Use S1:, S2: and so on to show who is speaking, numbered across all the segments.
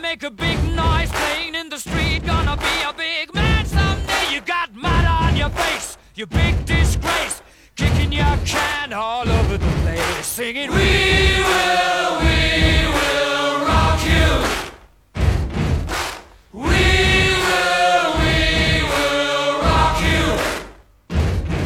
S1: make a big noise playing in the street. Gonna be a big man someday. You got mud on your face, you big disgrace. Kicking your can all over the place. Singing, We will, we will rock you. We will, we will rock you.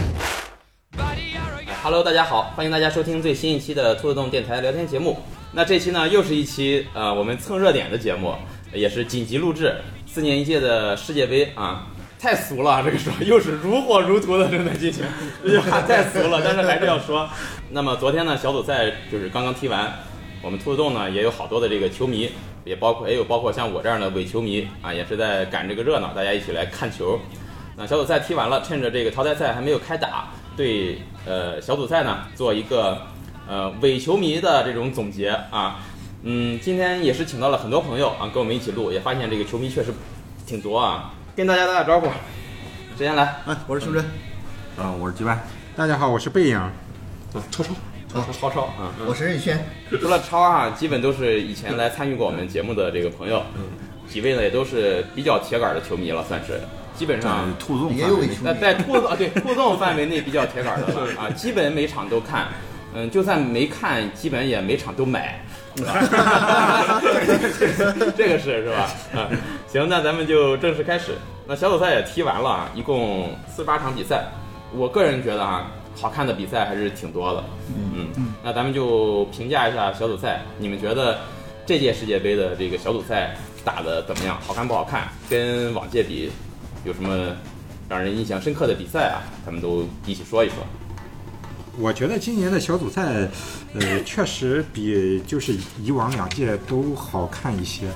S1: Buddy, you're a young-
S2: Hello，大家好，欢迎大家收听最新一期的兔子洞电台聊天节目。那这期呢，又是一期呃我们蹭热点的节目，也是紧急录制，四年一届的世界杯啊。太俗了，这个说 又是如火如荼的正在进行， 这句话太俗了，但是还是要说。那么昨天呢，小组赛就是刚刚踢完，我们兔子洞呢也有好多的这个球迷，也包括也有包括像我这样的伪球迷啊，也是在赶这个热闹，大家一起来看球。那小组赛踢完了，趁着这个淘汰赛还没有开打，对呃小组赛呢做一个呃伪球迷的这种总结啊。嗯，今天也是请到了很多朋友啊，跟我们一起录，也发现这个球迷确实挺多啊。跟大家打打招呼，谁先来？
S3: 哎，我是熊真，
S4: 啊，我是鸡巴，
S5: 大家好，我是贝影。
S2: 啊超超啊。
S3: 我是任宇轩，
S2: 除了超啊，基本都是以前来参与过我们节目的这个朋友，几位呢也都是比较铁杆的球迷了，算是基本上
S4: 嗯，兔子洞
S3: 也有
S4: 范围
S3: 伪
S4: 内
S3: 球
S2: 那
S3: 迷，
S2: 在互动啊，对互动范围内比较铁杆的了啊，基本每场都看，嗯，就算没看，基本也每场都买。 这个是是吧？啊，行，那咱们就正式开始。那小组赛也踢完了啊，一共四十八场比赛，我个人觉得啊，好看的比赛还是挺多的。嗯嗯，那咱们就评价一下小组赛，你们觉得这届世界杯的这个小组赛打的怎么样？好看不好看？跟往届比有什么让人印象深刻的比赛啊？咱们都一起说一说。
S5: 我觉得今年的小组赛，呃，确实比就是以往两届都好看一些。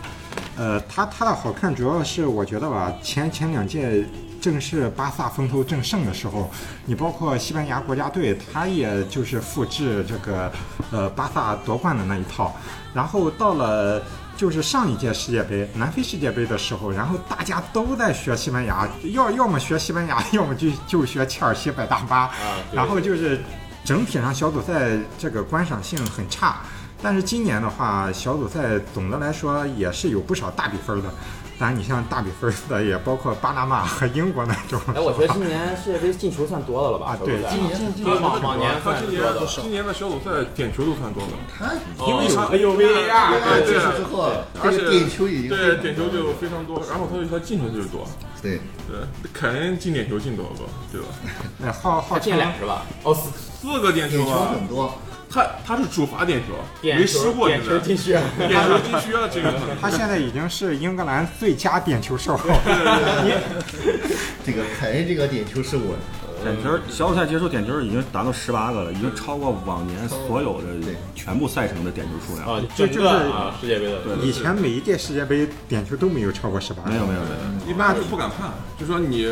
S5: 呃，它它的好看主要是我觉得吧，前前两届正是巴萨风头正盛的时候，你包括西班牙国家队，它也就是复制这个呃巴萨夺冠的那一套，然后到了。就是上一届世界杯，南非世界杯的时候，然后大家都在学西班牙，要要么学西班牙，要么就就学切尔西百大巴，
S2: 对
S5: 然后就是整体上小组赛这个观赏性很差，但是今年的话，小组赛总的来说也是有不少大比分的。当然，你像大比分的也包括巴拿马和英国那种。
S2: 哎，我觉得今年世界杯进球算多的了吧？
S5: 啊
S2: 小组
S5: 对
S2: 赛
S5: 今
S3: 年
S2: 跟往往年
S6: 他
S2: 算
S6: 今
S2: 是
S6: 年
S2: 多的了。
S6: 今年的小组赛点球都算多的，
S3: 他
S2: 因为有
S6: 哦
S2: 有
S3: 他
S2: VAR，
S3: 技
S6: 对
S3: 术
S6: 啊
S3: 之后，这个
S6: 而且
S3: 点球已经
S6: 对
S3: 非
S6: 点
S3: 常
S6: 球就非常多，然后他他进球就是多，
S3: 对，
S6: 对，凯恩进点球进多少个，对吧？
S5: 呃，号号
S2: 他进
S5: 称
S2: 俩是吧？哦，四
S6: 四个点
S3: 点球
S6: 球啊，
S3: 很多，
S6: 他他是主罚点球，
S2: 点
S6: 没
S2: 球
S6: 失过，
S2: 点
S6: 你
S2: 球
S6: 这
S2: 进去。
S6: 点球禁区啊，这个
S5: 他现在已经是英格兰最佳点球手。
S3: 这个凯恩这个点球是我
S4: 点球小组赛结束点球已经达到十八个了，已经超过往年所有的
S3: 对
S4: 全部赛程的点球数量。
S2: 啊，
S5: 就
S2: 整
S5: 就是
S2: 个啊世界杯的，
S5: 以前每一届世界杯点球都没有超过十八个。
S4: 没有没有没有，
S6: 一般就不敢判，就说你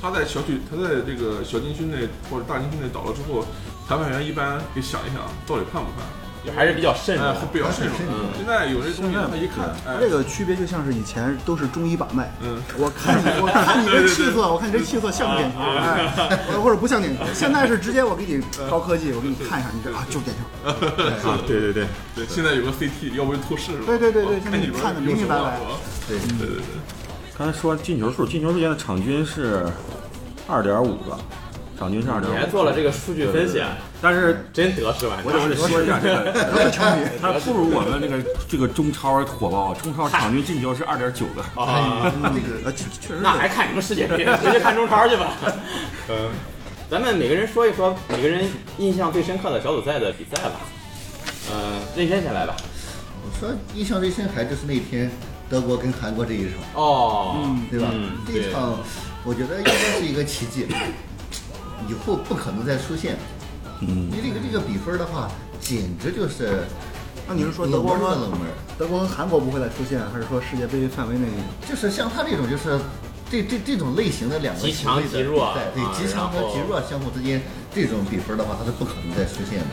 S6: 他在小区他在这个小禁区内或者大禁区内倒了之后，裁判员一般给想一想到底判不判，
S2: 还是比较慎重。
S6: 哎，
S2: 啊
S6: 会比较慎重。现在有些东西他一看，哎
S7: 这，个区别就像是以前都是中医把脉，
S6: 嗯
S7: 我看你，我看你这气色，我看你这气色像不像点球，
S6: 啊
S7: 哎，或者不像点球。现在是直接我给你高科技，我给你看一下，你这啊就是点球。
S5: 啊，对对对，
S6: 对，现在有个 CT，要不就透视了。
S7: 对对对对
S6: 哦
S7: 现在
S6: 哎里边
S7: 看得
S6: 有
S7: 明
S6: 什
S7: 明
S6: 么
S7: 白白
S6: 啊
S3: 对
S6: 对对对。
S4: 刚才说进球数，进球数现在场均是二点五个，场均是二点
S2: 你还
S4: 五。
S2: 做了这个数据分析，啊
S4: 但是
S2: 真得失完
S4: 我得我得说一下这 个，
S7: 我是球迷，
S4: 它不如我们这个这个中超火爆，中超场均进球是二点九个。
S2: 啊！
S3: 这个
S7: 呃，确确实
S2: 那还看什么世界杯？直接看中超去吧。嗯， 咱们每个人说一说每个人印象最深刻的小组赛的比赛吧。嗯，任轩先来吧。
S3: 我说印象最深还就是那天德国跟韩国这一场，
S2: 哦，
S3: 对吧
S2: 嗯？
S3: 这
S2: 对
S3: 一场我觉得应该是一个奇迹，以后不可能再出现。嗯，因为这个这个比分的话，简直就是
S7: 那你是说德
S3: 冷
S7: 国
S3: 门
S7: 和
S3: 的冷门。
S7: 德国和韩国不会再出现，还是说世界杯范围内？
S3: 就是像他这种，就是这这这种类型的两个
S2: 极强
S3: 球队的
S2: 极弱
S3: 比赛对
S2: 啊
S3: 极强和
S2: 然后
S3: 极弱相互之间这种比分的话，它是不可能再出现的，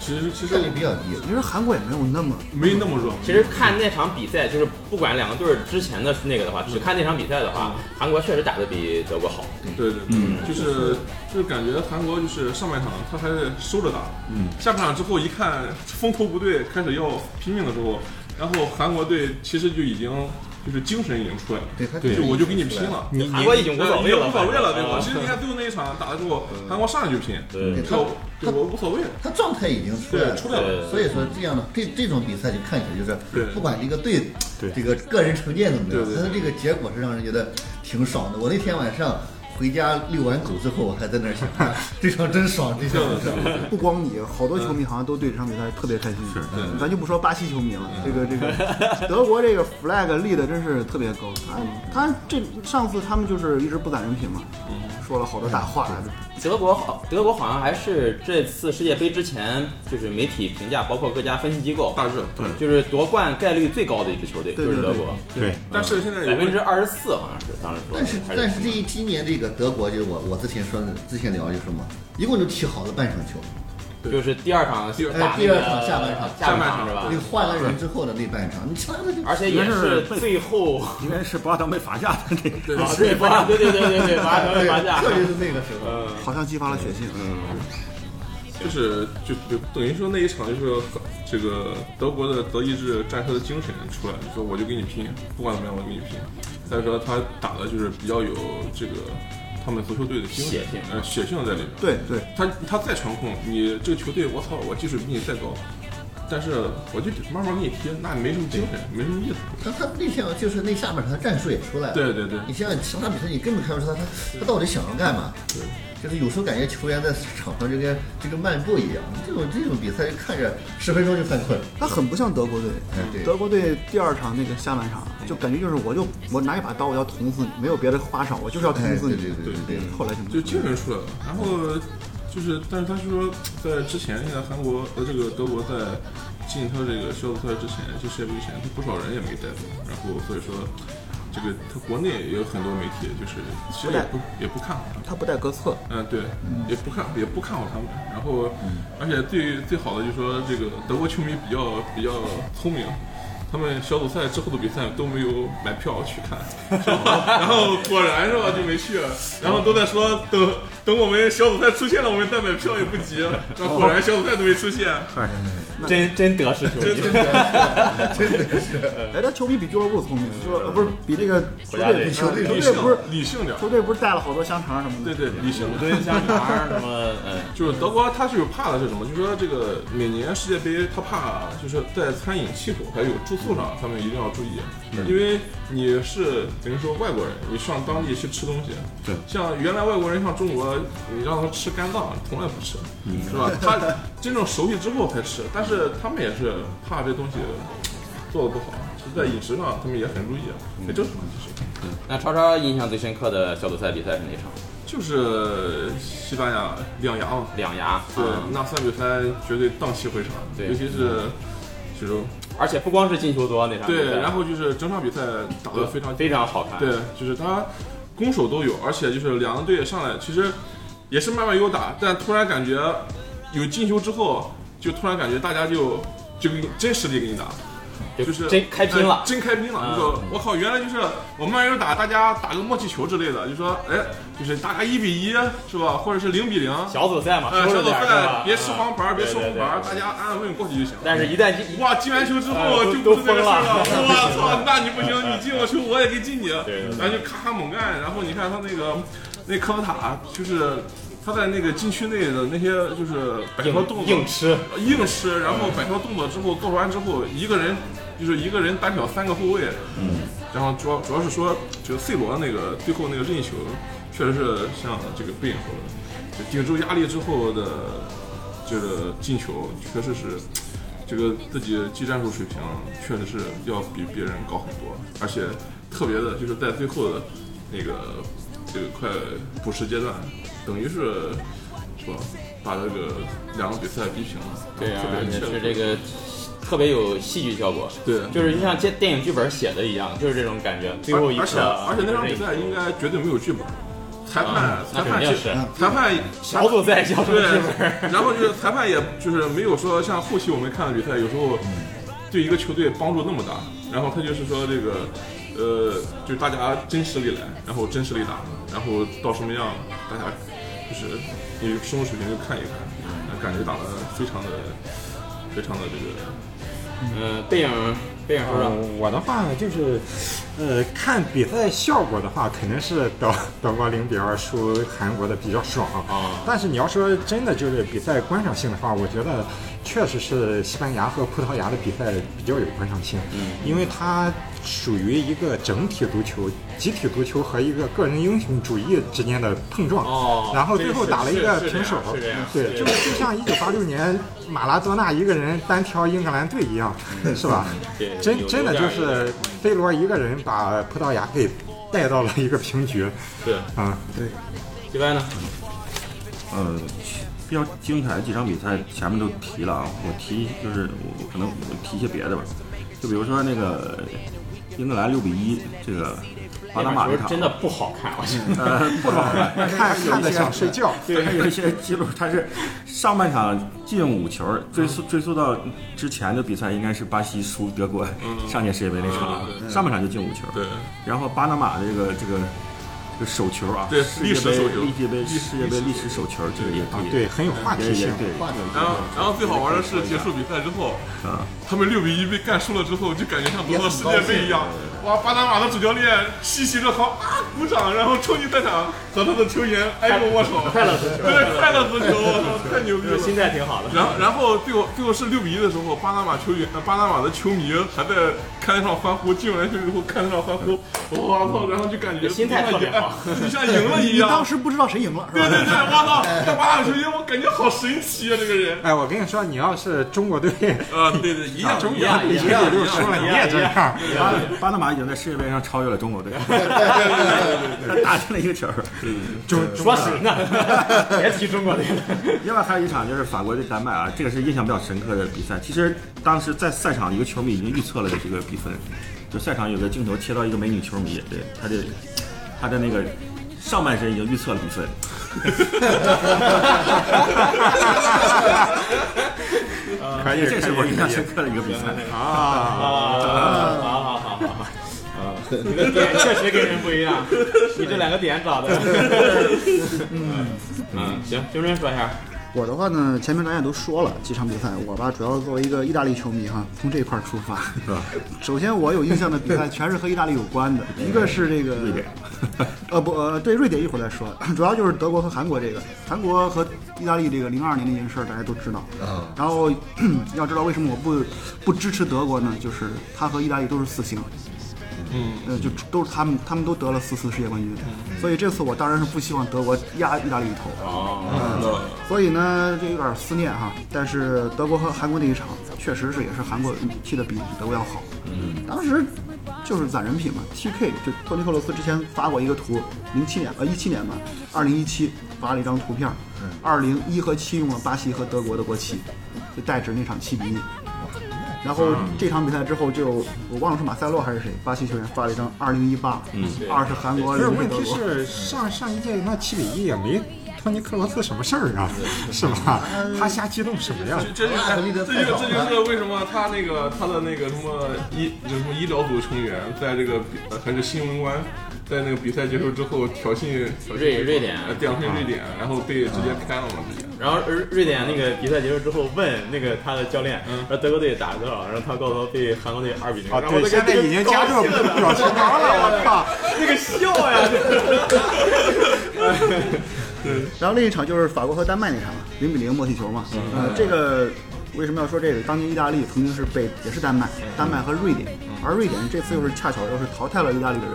S6: 其实其实
S3: 胜率比较低。
S7: 其实韩国也没有那么，
S6: 没那么热，
S2: 其实看那场比赛，就是不管两个队儿之前的那个的话，只看那场比赛的话，韩国确实打得比德国好。
S6: 对对，嗯，就是就是感觉韩国就是上半场他还收着打，嗯，下半场之后一看风头不对，开始要拼命的时候，然后韩国队其实就已经就是精神已经出来了，
S3: 对他
S5: 对
S6: 就我就跟你拼了。
S5: 你
S2: 韩
S5: 你
S2: 国已经无所谓了，
S6: 无所谓了，对吧？
S2: 啊
S6: 其实你看最后那一场打了之后，韩国上来就拼，
S2: 对
S6: 你看我对我无所谓了，
S3: 他状态已经出来
S6: 对，
S3: 了，
S6: 出来了。
S3: 所以说这样的这这种比赛就看起来就是
S6: 对，
S3: 不管这个队
S5: 对
S3: 这个个人成绩怎么样，
S6: 对对
S3: 但是这个结果是让人觉得挺爽的。我那天晚上回家遛完狗之后，我还在那儿想， 啊这场真爽，这场真爽。
S7: 不光你，好多球迷好像都对这场比赛特别开心。是，咱就不说巴西球迷了，这个这个德国这个 flag 立的真是特别高。啊他他这上次他们就是一直不攒人品嘛，
S3: 嗯
S7: 说了好多大话。
S2: 德国好，德国好像还是这次世界杯之前，就是媒体评价，包括各家分析机构，
S6: 大热，对。
S2: 就是夺冠概率最高的一支球队
S7: 对
S2: 就是德国，
S5: 对
S6: 但是现在
S2: 百分
S6: 有
S2: 之
S6: 问题，
S2: 二十四好像是当时说的，
S3: 但是
S2: 还
S3: 但是这一今年这个德国就是我我之前说的之前聊就是嘛，一共就踢好了半场球，
S2: 就是第二场
S6: 第二
S2: 打
S3: 第
S2: 那
S3: 二
S2: 个
S3: 场下半场
S2: 下半
S6: 下半场
S2: 是吧
S3: 你？换了人之后的那半场，你其他的就
S2: 啊而且也是最后
S4: 应该是博阿滕被罚下的这个。
S2: 啊，对吧？对对对对对，罚球罚下
S3: 特，别是那个时候，
S6: 呃，
S7: 好像激发了血性，
S6: 就是就就等于说那一场就是这个德国的德意志战车的精神出来，就说我就跟你拼，不管怎么样我就跟你拼。再说他打的就是比较有这个他们足球队的精神
S2: 血性，
S6: 呃，血性在里边。
S7: 对对，
S6: 他他再传控，你这个球队，我操，我技术比你再高，但是我就慢慢给你踢，那没什么精神，没什么意思。
S3: 但他那天就是那下半场战术也出来了。
S6: 对对对，
S3: 你想想其他比赛，你根本看不出他他他到底想要干嘛。就是有时候感觉球员在场上就跟就跟漫步一样，这种这种比赛就看着十分钟就犯困。
S7: 他很不像德国队
S3: 嗯对。哎
S7: 德国队第二场那个下半场，就感觉就是我就我拿一把刀我要捅死你，没有别的花哨，我就是要捅
S3: 哎，
S7: 死
S3: 对
S7: 你。
S3: 对对对对，
S7: 后来就没
S6: 就
S7: 有
S6: 精神出来了。然后就是，但是他是说，在之前现在韩国呃这个德国在进他这个小组赛之前，就世界杯之前，他不少人也没带走，然后所以说。这个他国内也有很多媒体，就是其实也不也不看好啊他们，
S7: 他不带格策，
S6: 嗯，对，也不看也不看好他们。然后，
S7: 嗯
S6: 而且最最好的就是说，这个德国球迷比较比较聪明，他们小组赛之后的比赛都没有买票去 看，是吧然后果然是吧就没去，然后都在说等等我们小组赛出现了，我们再买票也不急。然后果然小组赛都没出现，
S2: 真真得失球迷，
S7: 哎，他球迷比俱乐部聪明，俱乐呃不是比这个球
S2: 家队啊
S7: 队球队
S6: 理
S7: 球队不是
S6: 性理性点儿，
S7: 球队不是带了好多香肠什么的
S6: 对，对，理性点儿。
S2: 蹲香肠什么，嗯，
S6: 就是德国，他是有怕的这种的，就说这个每年世界杯，他怕就是在餐饮、气候还有住宿上，他们一定要注意，因为你是等于说外国人，你上当地去吃东西，
S4: 对
S6: 像原来外国人上中国，你让他吃肝脏，从来不吃，是吧？他真正熟悉之后才吃，但是他们也是怕这东西做的不好，就是在饮食上他们也很注意，很正常其实。
S2: 那超超印象最深刻的小组赛比赛是哪场？
S6: 就是西班牙两牙嘛，
S2: 两牙，
S6: 对
S2: 嗯，
S6: 那三比三绝对荡气回肠，
S2: 对嗯
S6: 尤其是徐州，
S2: 而且不光是进球多那场比赛，
S6: 对，然后就是整场比赛打得非常
S2: 呃非常好看，
S6: 对，就是他攻守都有，而且就是两个队上来其实也是慢慢悠打，但突然感觉有进球之后，就突然感觉大家就就给你真实地给你打，
S2: 就
S6: 就是
S2: 真开拼
S6: 哎
S2: 了，
S6: 真开拼了！
S2: 嗯
S6: 就说我靠，原来就是我们慢悠悠打，大家打个默契球之类的，就说哎，就是大家一比一是吧，或者是零比零，
S2: 小组赛嘛，
S6: 呃，
S2: 收
S6: 小
S2: 着
S6: 组
S2: 点儿是吧
S6: 赛别吃黄牌，别吃红
S2: 对
S6: 牌，
S2: 对
S6: 大
S2: 对
S6: 家安安稳稳过去就行。
S2: 但是，一旦进，
S6: 哇，进完球之后
S2: 哎
S6: 就
S2: 都
S6: 不是这个事儿
S2: 都 疯了
S6: 我操，那你不行，你进我球我也得进你，
S2: 对对
S6: 然后就咔咔猛干，然后你看他那个那科夫塔就是。他在那个禁区内的那些就是摆条动作
S2: 硬硬吃，
S6: 硬吃，然后摆条动作之后做完之后，一个人就是一个人单挑三个后卫，
S2: 嗯
S6: 然后主要主要是说这个 C 罗那个最后那个任意球，确实是像这个背影说的，就顶住压力之后的这个进球，确实是这个自己技战术水平确实是要比别人高很多，而且特别的就是在最后的那个这个快补时阶段，等于是是吧，把这个两个比赛逼平了，
S2: 对啊，
S6: 特
S2: 而
S6: 别
S2: 且
S6: 确
S2: 是这个特别有戏剧效果，
S6: 对
S2: 就是像电电影剧本写的一样，就是这种感觉，最后一刻，啊
S6: 而且而且那场比赛应该绝对没有剧本，裁判、
S2: 嗯
S6: 裁
S2: 那肯
S6: 判
S2: 定
S6: 其
S2: 是
S6: 裁判
S2: 小组赛小组剧
S6: 对，
S2: 本，
S6: 然后就是裁判也就是没有说像后期我们看的比赛，有时候对一个球队帮助那么大，然后他就是说这个。呃，就是大家真实里来，然后真实里打，然后到什么样，大家就是你生活水平就看一看，
S2: 嗯
S6: 呃感觉打得非常的非常的这个
S2: 嗯，背影。背影说
S5: 呃
S2: 说，
S5: 我的话就是，呃，看比赛效果的话，肯定是德德国零比二输韩国的比较爽
S2: 啊
S5: 但是你要说真的就是比赛观赏性的话，我觉得确实是西班牙和葡萄牙的比赛比较有观赏性，
S6: 嗯
S5: 因为它属于一个整体足球、集体足球和一个个人英雄主义之间的碰撞，
S2: 哦
S5: 然后最后
S6: 是
S5: 打了一个
S6: 是是这
S5: 平
S6: 样
S5: 手
S6: 是这样，是
S5: 对，就
S6: 这样
S5: 就像一九八六年马拉多纳一个人单挑英格兰队一样，是吧？
S2: 嗯对有
S5: 真真的
S2: 有
S5: 就
S2: 点儿有
S5: 是贝罗一个人把葡萄牙给带到了一个平局
S2: 对，
S5: 啊！
S2: 迪拜呢？
S4: 呃，比较精彩的几场比赛前面都提了啊，我提就是我可能我提一些别的吧，就比如说那个英格兰六比一这个巴拿马
S2: 那
S4: 这
S2: 场球
S4: 场，
S2: 真的不好看，我觉
S6: 嗯
S2: 得。
S4: 呃不好看，
S5: 看看的想睡觉，
S4: 对，还有一些记录，他是上半场进五球，追溯追溯到之前的比赛，应该是巴西输德国上届世界杯那场，上半场就进五球。
S6: 对，
S4: 然后巴拿马这个这个这个手球啊，
S6: 对
S4: 世
S6: 历
S4: 界
S6: 史
S4: 杯
S6: 手球
S4: 世界杯
S6: 历史
S4: 世界杯历史手球，这个也
S5: 啊
S4: 也
S5: 对，很有话题
S4: 也也
S5: 性。
S4: 对，
S6: 然后然后最好玩的是结束比赛之后，
S4: 啊，
S6: 他们六比一被干输了之后，就感觉像夺得世界杯一样。哇！巴拿马的主教练嘻嘻热好啊，鼓掌，然后冲进赛场和他的球员挨个握手，
S2: 快乐足球
S6: 对，快乐足球，我操太牛逼
S2: 这个心
S6: 了！
S2: 态挺好的。
S6: 然后然后最后最后是六比一的时候，巴拿马球员，呃巴拿马的球迷还在看台上欢呼，进完球之后看台上欢呼，我操！然后就感觉
S2: 心态特别好，
S6: 就像赢了一
S7: 你
S6: 样。
S7: 当时不知道谁赢了是
S6: 对对对，
S7: 吧？
S6: 我操！这巴拿马球员，我感觉好神奇啊，这个人。
S5: 哎，我跟你说，你要是中国队
S6: 啊，对对，一样，
S5: 中国
S2: 呃一样一
S5: 队零
S2: 样
S5: 比六输了，
S2: 一样
S5: 你也这样。
S4: 巴 巴拿马已经在世界杯上超越了中 国队，他打进了一个球。
S2: 呃说谁呢？ 别提中国队了。
S4: 另外还有一场就是法国对丹麦啊，这个是印象比较深刻的比赛。其实当时在赛场，一个球迷已经预测了这个比分，就赛场有个镜头切到一个美女球迷，对她的她的那个上半身已经预测了比分。
S5: 可以，
S4: 这是我
S5: 可以
S4: 印象深刻的一个比赛。
S5: 啊。
S2: 啊，好好好好。啊，你的点确实跟人不一样，你这两个点找的。嗯，行，熊真说一下，
S7: 我的话呢，前面大家也都说了几场比赛，我吧主要作为一个意大利球迷哈，从这块儿出发。 首先我有印象的比赛全是和意大利有关的，一个是这个瑞典， 呃不呃对瑞典一会儿再说， 主要就是德国和韩国这个，韩国和意大利这个零二年那件事儿大家都知道。
S3: 啊
S7: 然后 要知道为什么我不不支持德国呢？就是他和意大利都是四星。嗯，呃，就都是他们，他们都得了四次世界冠军，所以这次我当然是不希望德国压意大利一头。所以呢，这有点思念哈。但是德国和韩国那一场，确实是也是韩国踢的比德国要好。嗯，当时就是攒人品嘛，TK 就托尼克罗斯之前发过一个图，零七年呃一七年吧，二零一七发了一张图片，二零一和七用了巴西和德国的国旗，就代指那场七比一。然后这场比赛之后就，我忘了是马塞洛还是谁，巴西球员发了一张二零一八，二是韩国，
S5: 不是，
S7: 零
S5: 问
S7: 德
S5: 题
S7: 国。
S5: 是上上一届那七比一也没托尼克罗斯什么事儿啊，
S2: 嗯
S5: 是吧？他瞎激动什么呀？
S6: 这就
S3: 那可立
S6: 这
S3: 得
S6: 就
S3: 太早
S6: 这就是为什么他那个他的那个什么医就是什么医疗组成员，在这个比呃还是新闻官，在那个比赛结束之后挑衅挑衅
S2: 瑞瑞典啊
S6: 呃挑衅瑞典，然后被直接开了嘛，直接。
S2: 然后瑞瑞典那个比赛结束之后问那个他的教练，说德国队打了多少？然后他告诉我被韩国队二比零。
S5: 啊，
S2: 然后那
S5: 对，
S2: 个
S5: 现在已经加入表情包了，我靠！
S2: 那个笑呀，
S7: 然后另一场就是法国和丹麦那场，零比零默契球嘛。呃，这个为什么要说这个？当年意大利曾经是被也是丹麦，丹麦和瑞典，而瑞典这次又是恰巧又是淘汰了意大利的人，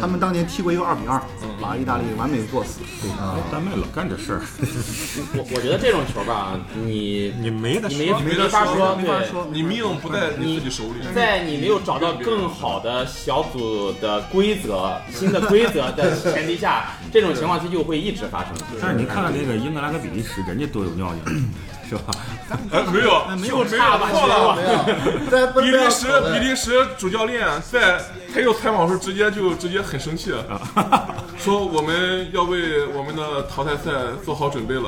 S7: 他们当年踢过一个二比二，把意大利完美过死。
S4: 哦丹麦老干这事儿，
S2: 我我觉得这种球吧，你
S5: 你没得
S2: 你
S5: 说，
S2: 没
S6: 没
S2: 没
S6: 得
S2: 法
S6: 说
S7: 没法
S2: 对
S7: 说，
S6: 哦你命不在你自己手里，
S2: 在你没有找到更好的小组的规则、新的规则的前提下，这种情况它就会一直发生。
S4: 但是你看看那个英格兰和比利时，人家多有尿 性，是吧？
S6: 哎没有没有没有
S2: 差吧
S6: 错
S2: 没
S6: 了。
S3: 没有，在
S6: 比利时比利时主教练在他有采访的时候，直接就直接很生气
S2: 啊
S6: 了，
S5: 啊
S6: 说我们要为我们的淘汰赛做好准备了。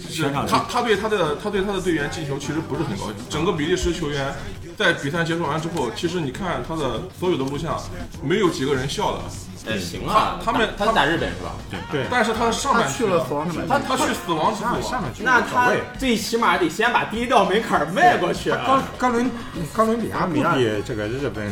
S6: 就是
S4: 全场
S6: 他他对他的他对他的队员进球其实不是很高兴。整个比利时球员在比赛结束完之后，其实你看他的所有的录像，没有几个人笑的。
S2: 呃，行啊，
S6: 他他们
S2: 他打日本是吧？
S5: 对，
S6: 但是他上
S7: 他
S6: 半
S7: 去了死亡之门，
S6: 他他去死亡之
S5: 上
S6: 谷，
S5: 上面去
S2: 那
S5: 无所
S2: 他
S5: 谓。
S2: 最起码得先把第一道门槛迈过去
S5: 哥
S2: 啊！
S5: 哥伦哥伦比亚不
S4: 比亚
S5: 比这个日本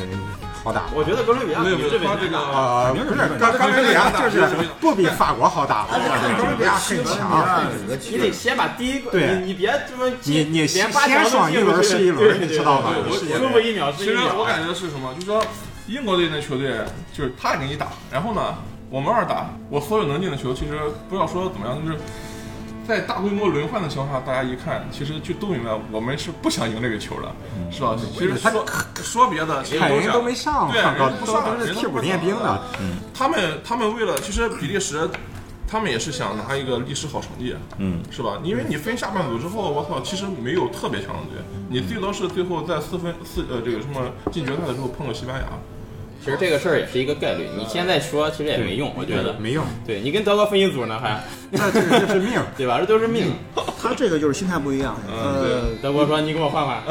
S5: 好打。
S2: 我觉得哥伦比亚比
S6: 没有没有
S2: 日本
S6: 他这
S2: 人
S6: 个
S2: 大。
S5: 啊，不是，哥哥伦比亚就是不比法国好打，哥啊伦比亚很强。啊
S3: 看整个
S2: 你
S3: 区
S2: 得先把第一个，
S5: 对
S2: 你你别这么
S5: 你你
S2: 连八强
S5: 先
S2: 都
S5: 爽一
S2: 进不
S5: 轮
S2: 去
S5: 是一轮
S2: 对
S5: 你知道吧
S2: 对对
S5: 是
S2: 我
S5: 一轮
S2: 舒服一秒
S6: 其
S2: 是一
S6: 实
S2: 秒。
S6: 我感觉是什么，就是说英国队那球队，就是他给你打，然后呢，我们二打，我所有能进的球，其实不要说怎么样，就是在大规模轮换的情况下，大家一看，其实就都明白我们是不想赢这个球的，是吧？其实
S5: 嗯他
S6: 说说别的，其实
S5: 凯人
S6: 想
S5: 都没上，
S6: 对，
S5: 看高
S6: 人
S5: 都
S6: 不上，
S5: 都是
S6: 人
S5: 替补
S6: 不
S5: 练
S6: 上
S5: 兵的。
S6: 他们他们为了，其实比利时，他们也是想拿一个历史好成绩，嗯，是吧？因为你分下半组之后，我操，其实没有特别强的队，你最多是最后在四分四呃这个什么进决赛的时候碰个西班牙，
S2: 其实这个事儿也是一个概率，你现在说其实也没用，我觉得。
S5: 没用，
S2: 对你跟德国分一组呢，还
S5: 那这个就是命。 嗯
S2: 对吧？这都是命。
S7: 他这个就是心态不一样。呃，
S2: 德国说你给我换 换，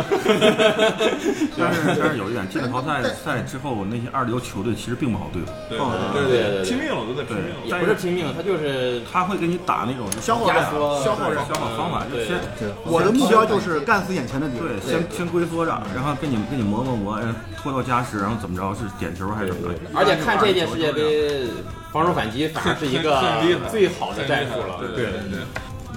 S4: 但是但是有一点，进淘汰赛之后，那些二流球队其实并不好对付，
S6: 对
S7: 哦
S6: 对
S2: 对对对
S6: 拼命了都在拼命了。
S2: 也不是拼命，他就是
S4: 他会给你打那种就是
S7: 消耗
S2: 压
S7: 战，
S2: 缩
S7: 消耗战。
S4: 消耗方法，就
S2: 对
S4: 先
S7: 我的目标就是干死眼前的敌
S4: 对，。
S7: 人
S4: 先先龟缩着，然后跟你跟你磨磨磨，然后拖到加时，然后怎么着是点球还是怎么着？
S2: 而且看这届世界杯，防守反击反而是一 个
S6: 很厉害
S2: 最好的
S6: 很
S2: 战
S6: 厉害
S2: 术了。
S6: 对对对对，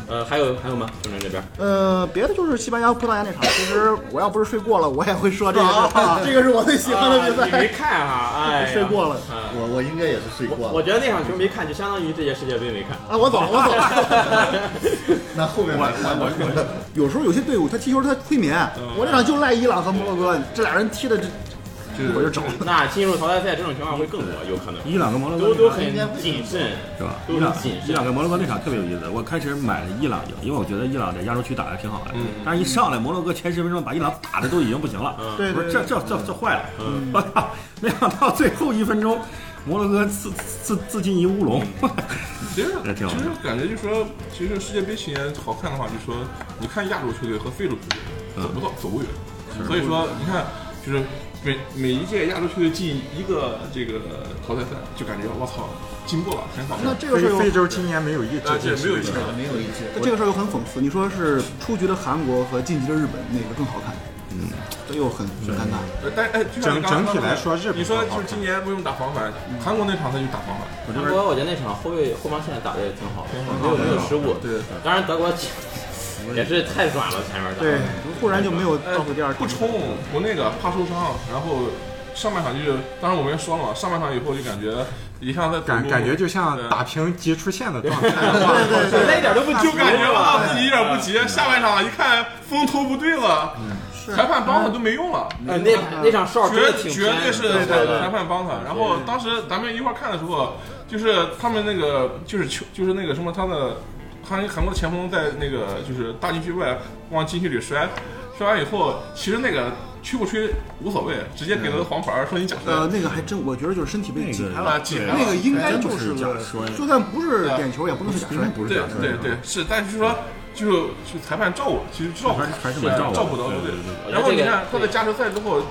S2: 呃，还有还有吗？郑明这边，
S7: 呃，别的就是西班牙、葡萄牙那场，其实我要不是睡过了，我也会说这个事
S3: 啊
S7: 儿。
S3: 这个是我最喜欢的比
S2: 啊你没
S3: 赛，
S2: 看哈？哎呀，
S7: 睡过了
S2: 啊
S3: 我我应该也是睡过
S2: 我
S3: 了。
S2: 觉得那场球没看，就相当于这届世界杯没看。
S7: 啊，我走了，我走 了。
S3: 那后面我我
S7: 有时候有些队伍他踢球他催眠，我这场就赖伊朗和摩洛哥这俩人踢的这，
S6: 就是
S7: 我就找
S2: 那进入淘汰赛这种情况会更多，有可能
S4: 伊朗跟摩洛
S2: 都
S4: 哥
S2: 都
S4: 那场
S2: 很谨慎，
S4: 是吧？
S2: 都
S4: 伊
S2: 很
S4: 朗
S2: 谨
S4: 伊
S2: 慎
S4: 朗。跟摩洛哥那场特别有意思，我开始买了伊朗赢，因为我觉得伊朗在亚洲区打的挺好
S2: 嗯
S4: 的，但是一上来摩洛哥前十分钟把伊朗打的都已经不行了，
S2: 嗯
S7: 对
S4: 我说
S7: 对
S4: 这这这这坏了，我操！没想到最后一分钟，摩洛哥自自自自进一乌龙，
S6: 其实
S4: 还挺好
S6: 其实感觉就说，其实世界杯期间好看的话，就说你看亚洲球队和非洲球队走不到走不远，所以说你看就是每每一届亚洲球队进一个这个淘汰赛，就感觉我操进步了，很好。
S7: 那这个
S5: 非
S7: 事儿有
S5: 非洲今年没有一
S6: 啊，
S5: 支
S6: 这
S5: 进
S6: 没有一个
S3: 没有一支，
S7: 这个事儿又很讽刺。你说是出局的韩国和晋级的日本哪个更好看？嗯，这又很很尴尬。
S6: 呃但哎，就像你
S5: 整
S6: 刚刚
S5: 整体来说
S6: 说的
S5: 日本
S6: 你说
S5: 更好
S6: 就
S5: 看
S6: 是今年不用打防反，韩国那场他就打防反，
S4: 我这
S2: 韩
S4: 边
S2: 国我觉得那场后卫后防线打的也挺好的，没有没有失误。
S6: 对，
S2: 当然德国 其也是太软了，前面打。
S7: 对，忽然就没有倒数第二，
S6: 哎不冲，不那个怕受伤，然后上半场就是，当然我们也说了嘛，上半场以后就感觉一下在
S5: 感感觉就像打平急出线的状态。对
S2: 对对，那一点都不
S6: 就感觉啊
S2: 啊
S6: 自己有点不急，下半场一看风头不对了，
S5: 嗯
S6: 裁判帮他
S7: 哎
S6: 都没用了，
S2: 嗯那那场哨哦真
S6: 绝
S2: 的挺
S6: 绝对是
S2: 偏的
S6: 裁判帮他。然后当时咱们一块儿看的时候，啊就是他们那个就是球就是那个什么他的韩韩国的前锋在那个就是大禁区外往禁区里摔，摔完以后其实那个吹不吹无所谓，直接
S2: 嗯
S6: 给了个黄牌说你假摔
S7: 呃，。那个还真，我觉得就是身体被挤
S2: 呃
S7: 开
S6: 啊，
S7: 了，
S6: 几
S7: 那个应该就是
S4: 假
S7: 个
S4: 摔，
S7: 就算不是点球也不能是假摔。
S4: 不是
S6: 对
S4: 假摔
S6: 对对是，但是说就是就裁判照顾，其实照顾
S4: 还是还是蛮照顾的
S6: 照顾到位
S4: 对对
S2: 对
S6: 然后你
S2: 我觉得这
S6: 看
S2: 个
S6: 他在加时赛之后，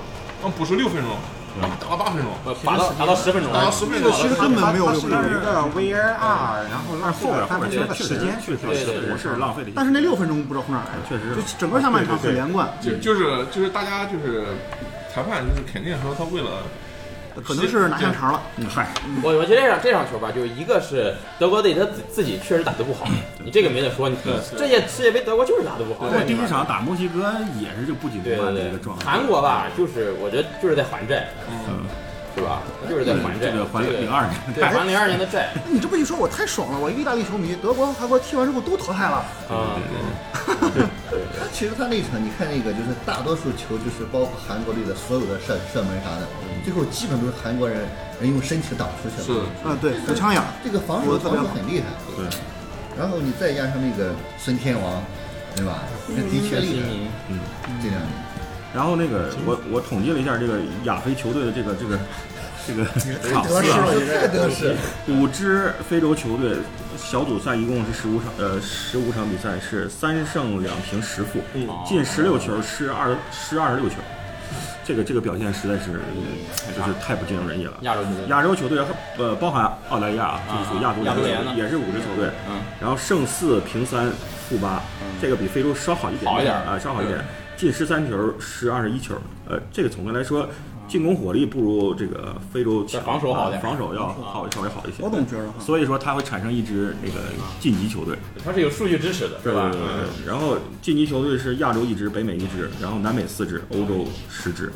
S6: 嗯，补时六分钟，
S4: 嗯
S6: 打了八分钟，
S2: 打到打到十分钟
S6: 打
S2: 了
S6: 到。十分
S7: 那
S6: 钟
S7: 个，其实根本没有
S5: 它
S7: 六
S5: 是
S7: 分
S5: 有一
S7: 钟，
S5: 个 VAR，然后让
S4: 后边
S5: 他
S4: 后
S5: 们
S4: 边
S5: 觉得
S4: 确
S5: 时
S4: 实
S5: 间
S4: 确实不是浪费的，
S7: 但是那六分钟不知道从哪儿来的，
S4: 确实
S7: 就整个上半场很连贯，
S6: 就就是就是大家就是裁判就是肯定说他为了
S7: 可能是拿下场了。
S4: 嗨，
S2: 我我觉得这场这场球吧，就一个是德国队他自自己确实打得不好，你这个没得说。你
S6: 对对
S2: 这届世界杯德国就是打得不好
S4: 包。括第一场打墨西哥也是就不紧不
S2: 对
S4: 慢
S2: 对
S4: 的一个
S2: 对
S4: 状，态。
S2: 韩国吧，就是我觉得就是在还债，
S4: 嗯
S2: 是吧？就是在还债，
S4: 这个还
S2: 这个
S4: 零二年，
S2: 对还零二年的 债
S7: 你这么一说，我太爽了！我一个意大利球迷，德国、韩国踢完之后都淘汰了。
S2: 啊。
S3: 其实他那场，你看那个，就是大多数球，就是包括韩国队的所有的射射门啥的，最后基本都是韩国人人用身体挡出去
S6: 是
S3: 了。
S7: 啊，对，很抢眼。
S3: 这个防守防守很厉害。
S4: 对。
S3: 然后你再加上那个孙天王，对吧？那的确厉害。这两年
S4: 然后那个我我统计了一下这个亚非球队的这个这个这个场
S3: 得
S4: 次
S3: 失
S4: 啊，
S3: 了，太得失。
S4: 五支非洲球队小组赛一共是十五场，呃，十五场
S2: 嗯
S4: 比
S2: 哦
S4: 赛是三胜两平十负，进十六球，失二失二十六球，这个这个表现实在是呃就是太不尽如人意了。
S2: 亚洲球队
S4: 亚洲球队呃包含澳大利亚啊，就是属于亚洲
S2: 亚洲
S4: 联
S2: 联呢
S4: 也是五支球队，
S2: 嗯，
S4: 然后胜四平三负八，这个比非洲稍好一点，
S2: 好一点
S4: 啊，稍好一点，进十三球失二十一球，呃，这个总的来说。进攻火力不如这个非洲强，
S2: 防守好
S4: 啊
S2: 点
S4: 防守要好稍微好一些。嗯
S7: 我总觉得哈
S4: 所以说它会产生一支那个晋级球队，
S2: 它是有数据支持的，
S4: 对
S2: 是吧？
S4: 对对对然后晋级球队是亚洲一支，北美一支，然后南美四支，欧洲十支。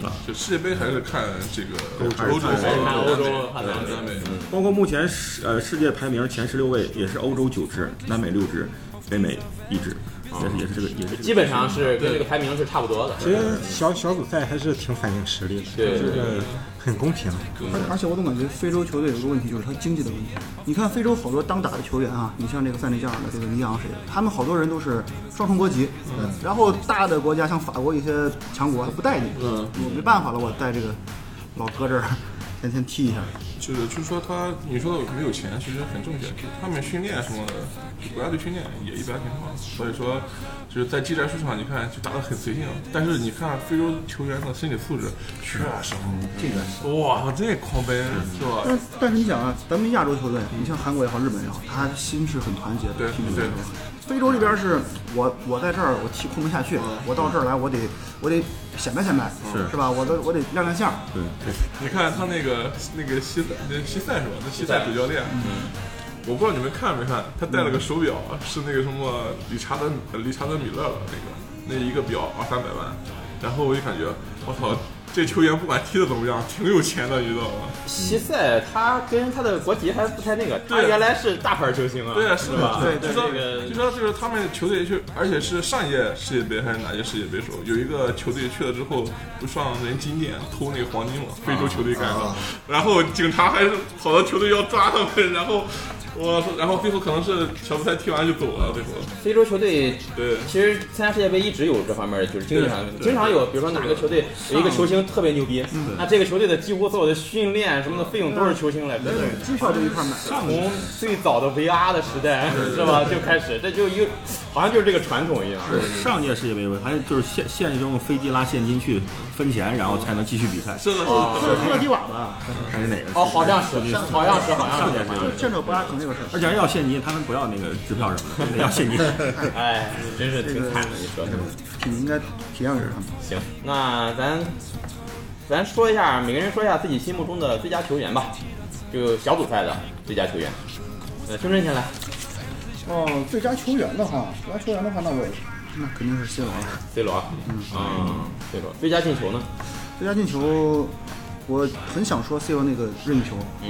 S4: 啊
S6: 就世界杯还是看这个欧洲，
S2: 还是看欧洲看
S6: 南美嗯
S2: 南美
S6: 南美，
S4: 包括目前世呃世界排名前十六位也是欧洲九支，南美六支，北美一支，
S6: 啊
S4: 但是也是这个也是这个
S2: 基本上是跟这个排名是差不多的。
S5: 其实小小组赛还是挺反映实力的，
S2: 对
S5: 这个很公平。
S7: 而而且我总感觉非洲球队有个问题，就是他经济的问题。你看非洲好多当打的球员啊，你像这个塞内加尔的这个尼昂谁的，他们好多人都是双重国籍。嗯。然后大的国家像法国一些强国他不带你，嗯，我没办法了，我带这个老哥这儿天天踢一下。
S6: 就是就是说他，你说他有没有钱，其实很正确。就是他们训练什么的，就国家队训练也一般挺好。所以说，就是在技战术上，你看就打得很随性。但是你看非洲球员的身体素质，啊确实，
S7: 这个
S6: 哇，这狂奔是吧？
S7: 但但是你想啊，咱们亚洲球队，你像韩国也好，日本也好，他心是很团结的，
S6: 对
S7: 踢足球
S6: 对
S7: 也好非洲这边是我我在这儿我踢混不下去，我到这儿来我得我得显摆显摆，
S4: 是
S7: 是吧？我得我得亮亮相。
S4: 对对，
S6: 你看他那个那个西塞那西塞是吧？那西塞嗯主教练，我不知道你们看没看，他戴了个手表，是那个什么理查德呃理查德米勒的那个那一个表二三百万，然后我就感觉我操，这球员不管踢的怎么样，挺有钱的，你知道吗？
S2: 西塞他跟他的国籍还不太那个，他
S6: 对
S2: 原来是大牌球星啊，
S6: 对啊，
S2: 是
S6: 是
S2: 吧
S6: 吧？？
S2: 这
S6: 就说
S2: 个
S6: 就说就是他们球队去，而且是上一届世界杯还是哪届世界杯时候，有一个球队去了之后不上人金店偷那个黄金嘛，非洲球队干的，然后警察还是跑到球队要抓他们，然后我然后最后可能是小组赛踢完就走了，最后
S2: 非洲球队
S6: 对
S2: 其实参加世界杯一直有这方面，就是经济上
S6: 对对
S2: 经常有，比如说哪个球队有一个球星特别牛逼，那这个球队的几乎所有的训练什么的费用都是球星来支付。
S7: 支票这一块买的，
S2: 从最早的 VR 的时代是吧就开始，这就一个好像就是这个传统一样。
S4: 上届世界杯吧还就是现现实中飞机拉现金去分钱，然后才能继续比赛，啊
S6: 真的是
S7: 是科迪瓦吧？
S4: 还是哪个？
S2: 哦，好像是，好像是，好像
S4: 上届
S2: 是
S4: 世界。杯。
S7: 见着博阿肯那个事儿。
S4: 而且还要现金，他们不要那个支票什么的，要 现金。
S2: 哎，真是挺惨的，你说。
S7: 挺应该体谅一下他们。
S2: 行，那咱咱说一下，每个人说一下自己心目中的最佳球员吧，就小组赛的最佳球员。呃，胸针先来，
S7: 哦，最佳球员的话，最佳球员的话，那我也那肯定是 C 罗了。
S2: C 罗。啊嗯，C 罗。最佳进球呢？
S7: 最佳进球，我很想说 C 罗那个任意球，
S2: 嗯，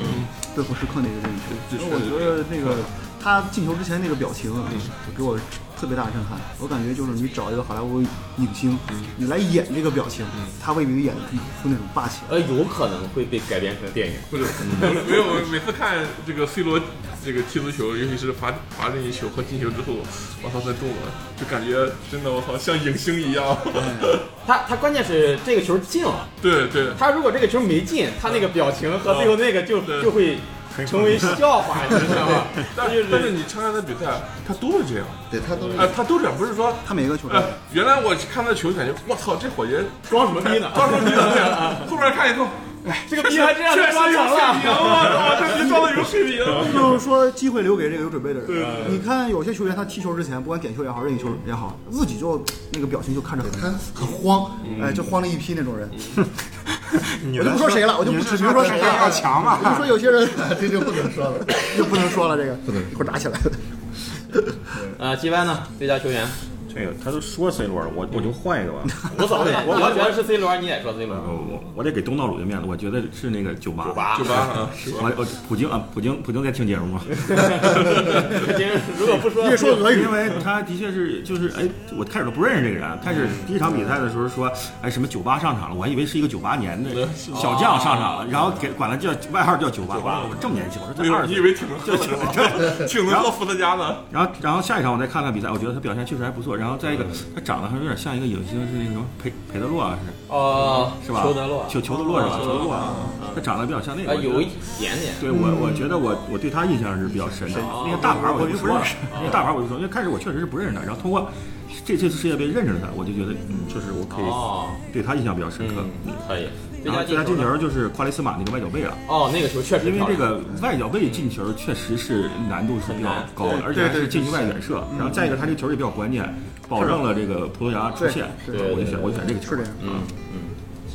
S7: 最后时刻那个任意球，因为我觉得那个他进球之前那个表情啊，给我特别大的震撼。我感觉就是你找一个好莱坞影星，你来演这个表情，他未必演得出那种霸气。
S2: 呃，有可能会被改编成电影。
S6: 不是没有，我每次看这个 C 罗这个踢足球，尤其是罚罚任意球和进球之后，我操，那动作就感觉真的我操像影星一样，
S2: 他他关键是这个球进了，
S6: 对对。
S2: 他如果这个球没进，他那个表情和最后那个就
S6: 对
S2: 就会成为笑话，你知道吗？
S6: 但是但是你参加的比赛，他都是这样，
S3: 对他都是
S6: 哎、他都是这样，不是说
S7: 他每个球队
S6: 呃，原来我看他球，感觉我操，这伙计
S2: 装什么逼呢？
S6: 装什么逼呢？对啊后面看以后，哎，
S2: 这个逼还真让他
S6: 确实
S2: 装
S6: 有
S2: 成
S6: 水
S2: 了。
S6: 平，啊我操，这逼装的有水平。啊
S7: 就是说，机会留给这个有准备的人。你看，有些球员他踢球之前，不管点球也好，任意球也好，自己就那个表情就看着很嗯很慌，哎，就慌了一批那种人。
S5: 你
S7: 我就不说谁了，我就不指明说谁了。
S5: 要强嘛
S7: 我就说有些人
S3: 这就不能说了。
S7: 就不能说了，这个不能一会儿打起来。
S2: 呃，季湾呢？最佳球员，
S4: 这个他都说 C 罗了，我我就换 一个吧。
S2: 无所谓。
S4: 我
S2: 我觉得是 C 罗，你也说 C 罗。
S4: 呃我我得给东道主的面子，我觉得是那个九八。九
S2: 八
S6: 九八啊，
S4: 我我普京啊，普京普京在听节目吗？
S2: 如果不说，
S7: 别说俄语
S4: 因，为他的确是就是哎，我开始都不认识这个人，啊开始第一场比赛的时候说哎什么九八上场了，我还以为是一个九八年的小将上场了，
S7: 哦
S4: 然后给管他叫外号叫九八，我这么年轻，我说
S6: 没
S4: 才
S6: 有，
S4: 二
S6: 你
S4: 十
S6: 以
S4: 岁。
S6: 为挺能喝的是 吧？挺能喝伏特加的。
S4: 然后然后下一场我再看看比赛，我觉得他表现确实还不错。然后再一个，他长得还有点像一个影星，是那个什么佩佩德洛啊，是
S2: 哦，
S4: 是吧？
S2: 裘德洛，
S4: 裘裘德洛是吧？裘德洛啊，他长得比较像那个。
S2: 啊，
S4: 我觉得
S2: 有一点点。
S4: 对我，我觉得我我对他印象是比较深的。那个大牌我就不认识，那个大牌我就说，因为开始我确实是不认识他，然后通过这这次世界杯认识了他，我就觉得嗯，确实我可
S2: 哦
S4: 以对他印象比较深刻。
S2: 嗯，可以。最
S4: 然后
S2: 佳
S4: 最佳
S2: 进
S4: 进
S2: 球呢
S4: 球就是夸雷斯马那个外脚背了。
S2: 哦，那个球确实
S4: 因为
S2: 漂
S4: 这
S2: 亮
S4: 个外脚背进球确实是难度是比较高
S2: 很
S4: 的
S2: 难，
S4: 而且还是近距外远射。然后再一个，他这个球也比较关键，保证了这个葡萄牙出线。
S7: 对
S2: 对
S4: 我就
S2: 对对
S4: 选我就选这个球。
S7: 是这样
S2: 嗯嗯，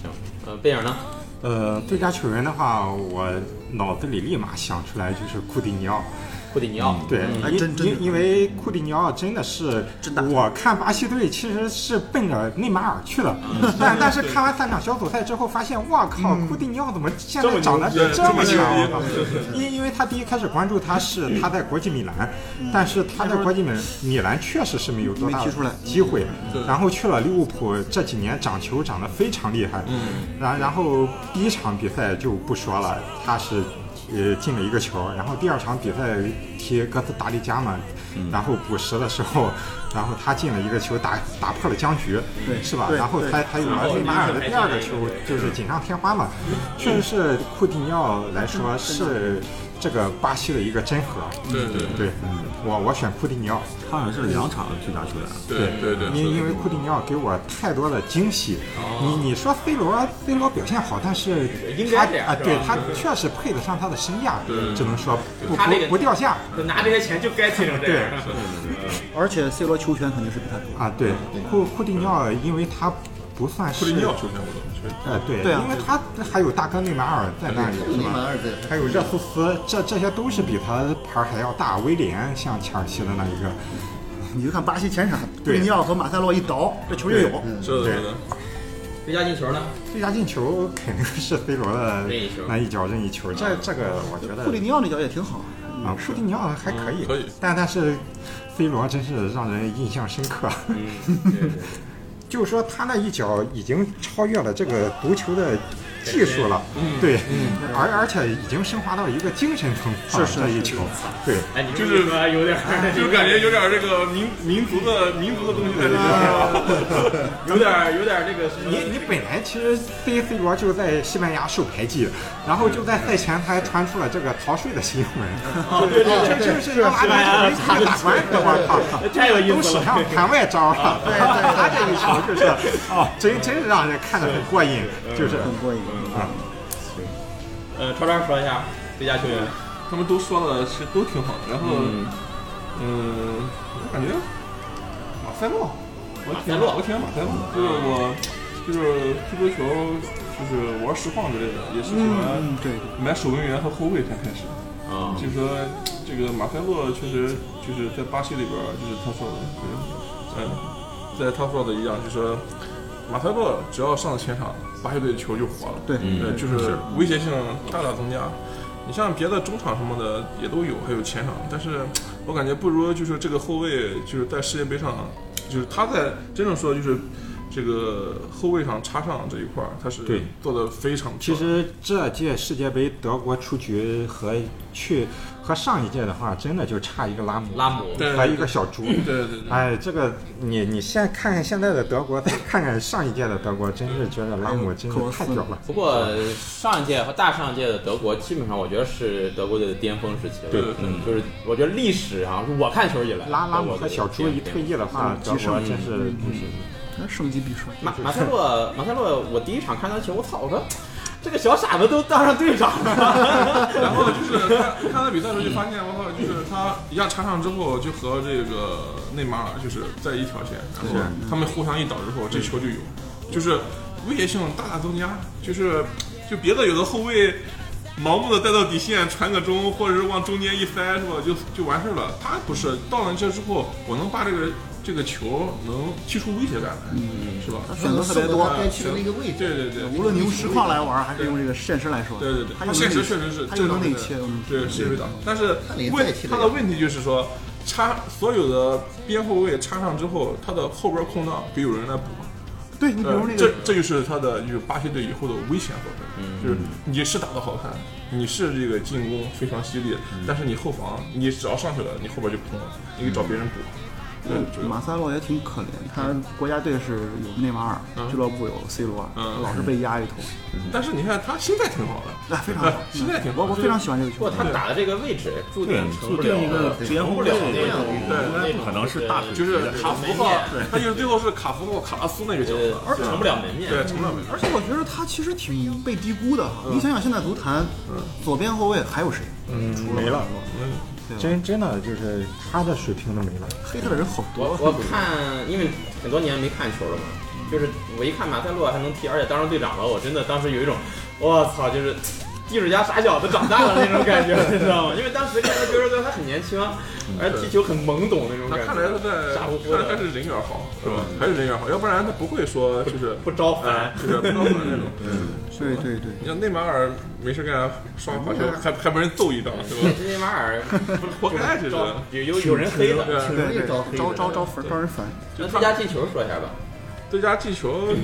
S2: 行。呃，贝尔呢？
S5: 呃，最佳球员的话，我脑子里立马想出来就是库蒂尼奥。
S2: 库蒂尼奥。
S5: 对，
S6: 嗯
S5: 啊
S7: 哎
S5: 因
S7: 真真
S5: 因因为库蒂尼奥真的是，我看巴西队其实是奔着内马尔去的，
S6: 嗯
S5: 但但是看完三场小组赛之后，发现哇靠，库蒂尼奥怎么现在长得
S6: 这么牛逼
S5: 这么强啊
S6: 这么牛逼？
S5: 因因为他第一开始关注他
S6: 嗯
S5: 是他在国际米兰，但是他在国际米米兰确实是没有多大
S7: 嗯没踢出来
S5: 机会，
S6: 嗯
S5: 然后去了利物浦，这几年长球长得非常厉害，
S6: 嗯
S5: 然然后第一场比赛就不说了，他是。呃，进了一个球，然后第二场比赛踢哥斯达黎加嘛，
S6: 嗯
S5: 然后补时的时候，然后他进了一个球打打破了僵局，
S7: 对
S5: 是吧？
S7: 对
S5: 然后
S7: 对
S5: 他他有了内马尔的第二个球，就是锦上添花嘛。确实是库蒂尼奥来
S7: 嗯
S5: 说是这个巴西的一个真核，
S6: 对对
S5: 对，我我选库蒂尼奥，
S4: 他好像是两场最佳球员。
S6: 对对对，哦
S5: 因因为库蒂尼奥给我太多的惊喜。你你说 C 罗，C 罗表现好，但是
S2: 应
S5: 他
S2: 该这样
S5: 啊，
S2: 是吧
S5: 对他确实配得上他的身价，只能说不
S2: 他这个
S5: 不不掉价。
S2: 就拿这些钱就该踢成这
S5: 对
S2: 样。
S7: 而且 C 罗球权肯定是比他多。
S5: 啊，对库库蒂尼奥，因为他不算
S6: 库
S5: 是
S6: 里尼奥球员我都觉得
S5: 呃，对，
S7: 对啊
S5: 因为他还有大哥内马尔在那里，是
S3: 内马
S5: 吧？
S3: 尔在，
S5: 还有热苏斯，这这些都是比他牌儿还要大。威廉像切尔西的那一个，
S7: 你就看巴西前场，库
S5: 对
S7: 蒂尼奥和马塞洛一倒，这球就有。
S6: 是的，是的，
S2: 最佳进球呢？
S5: 最佳进球肯定是 C 罗的
S2: 任意球
S5: 那一脚任意球，这这个我觉得
S7: 库蒂尼奥那脚也挺好，
S5: 啊，库蒂尼奥还可以，
S6: 嗯可以
S5: 但但是 C 罗真是让人印象深刻。 就是说他那一脚已经超越了这个足球的技术了，对，而而且已经升华到一个精神层次了。
S7: 是是
S5: 这一球，对，
S2: 哎，你
S6: 就是
S2: 这么说哎有点儿，
S6: 就感觉有点这个民民族的民族的东西在里啊 面。
S2: 有点儿有点儿这个什么
S5: 你你本来其实 C C 罗就在西班牙受排挤，然后就在赛前他还传出了这个逃税的新闻，对对对，就是要拿他没打打官司，我靠，
S2: 太有意
S5: 都
S2: 思
S5: 手
S2: 了
S5: 上盘外招了，他这一球就是，哦，真真让人看着很过瘾，就是
S7: 很过瘾。
S2: 呃，超超说一下最佳球员。
S6: 他们都说了是都挺好的，然后嗯，我感觉马塞洛，我
S2: 马
S6: 挺
S2: 塞洛嗯
S6: 我挺喜欢马塞洛，就是我就是踢足球就是玩实况之类的，也是喜欢
S7: 嗯，对，哦
S6: 买守门员和后卫才开始。
S2: 啊，
S6: 就是说，这个马塞洛确实就是在巴西里边儿，就是他说的，就是嗯，在他说的一样，就是说马塞洛只要上了前场，巴西队的球就活了。
S7: 对
S5: 嗯
S6: 呃，就是威胁性大大增加。你像别的中场什么的也都有，还有前场，但是我感觉不如就是这个后卫，就是在世界杯上，就是他在真正说就是这个后卫上插上这一块儿，他是
S5: 对
S6: 做的非常不
S5: 其
S6: 错
S5: 实这届世界杯德国出局和去和上一届的话，真的就差一个拉姆，
S2: 拉姆
S6: 对
S5: 和一个小猪。
S6: 对对对，
S5: 哎，这个你你先看看现在的德国，再看看上一届的德国，真是觉得拉姆真是太屌了。
S2: 不过上一届和大上一届的德国，基本上我觉得是德国队的巅峰时期了。
S6: 对
S2: 嗯，就是我觉得历史啊，我看球以来，
S5: 拉拉
S2: 德
S5: 姆
S2: 国
S5: 和
S2: 队
S5: 小猪一退
S2: 巅峰。
S5: 役的话，德国
S4: 嗯
S5: 真是
S7: 升级必衰。
S2: 马马塞洛，马塞洛，我第一场看他球，我操，我说这个小傻子都当上队长了。
S6: 然后就是看看他比赛的时候就发现，我靠，就是他一下插上之后，就和这个内马尔就是在一条线，然后他们互相一倒之后，这球就有，就是威胁性大大增加，就是就别的有的后卫。盲目的带到底线传个中，或者是往中间一塞，是吧？就就完事儿了。他不是到了这之后，我能把这个这个球能踢出威胁感来，是吧？
S7: 选择特别多
S3: 该去的那个位置。
S6: 对对对，
S7: 无论你用实况来玩，还是用这个现实来说，
S6: 对对对，
S7: 他
S6: 他
S7: 有
S6: 现实
S7: 内
S6: 确实是
S7: 他有能
S6: 正
S7: 力
S6: 常
S7: 切
S6: 的，
S7: 嗯
S6: 对，是味道。但是
S3: 他连
S6: 问
S3: 带踢的
S6: 他的
S3: 也不
S6: 问题就是说，插所有的边后卫插上之后，他的后边空档得有人来补。
S7: 对你比
S6: 呃
S7: 如那
S6: 这
S7: 个，
S6: 这就是他的就是巴西队以后的危险所在，就是你是打得好看，你是这个进嗯嗯攻非常犀利，但是你后防你只要上去了，你后边就空了，你给找别人补。
S7: 嗯
S6: 对
S7: 马塞洛也挺可怜，他国家队是有内马尔，俱乐部有 C 罗，
S6: 嗯
S7: 老是被压一头，
S6: 但是你看他心态挺好的，
S7: 啊，非常好，
S6: 心态挺好
S7: 我我非常喜欢这个
S2: 不
S7: 球
S2: 过
S7: 员。
S2: 他打的这个位置注定
S4: 对，
S2: 成
S4: 注
S2: 不
S4: 定
S2: 了
S4: 一个
S2: 成
S4: 边
S2: 不
S4: 后卫
S2: 了
S4: 那
S2: 那
S6: 嗯
S4: 种，
S2: 种，
S4: 应该不可能是大腿，
S6: 就是卡符号，他就是最后是卡符号卡拉苏那个角色，
S2: 呃，成不了门面。
S6: 对，成了没？
S7: 而且我觉得他其实挺被低估的哈，你想想现在足坛，左边后卫还有谁？
S5: 嗯，没了，真真的就是他的水平都没了。
S7: 黑他的人好
S2: 我
S7: 多。
S2: 我看，因为很多年没看球了嘛，就是我一看马塞洛还能踢，而且当上队长了，我真的当时有一种，我操，就是艺术家傻小子长大了那种感觉， 你知道吗？因为当时看他就是说他很年轻，而且踢球很懵懂那种
S6: 那
S2: 感觉。
S6: 看来他在，
S2: 傻乎乎
S6: 看来他
S2: 的，
S6: 是人缘好，是吧？还是人缘好，要不然他不会说就是
S2: 不招
S6: 哎
S2: 烦，，
S6: 就是不招那种。
S7: 嗯对对对，
S6: 你像内马尔没事干啊刷罚球，还还被人揍一掌，是吧？
S2: 内马尔不
S6: 活该这是。
S2: 招有有有人黑了。
S6: 对啊，
S7: 对对，
S3: 招
S7: 招
S3: 黑的
S7: 招招招烦招人烦。
S2: 那最佳进球说一下吧，
S6: 最佳进球，最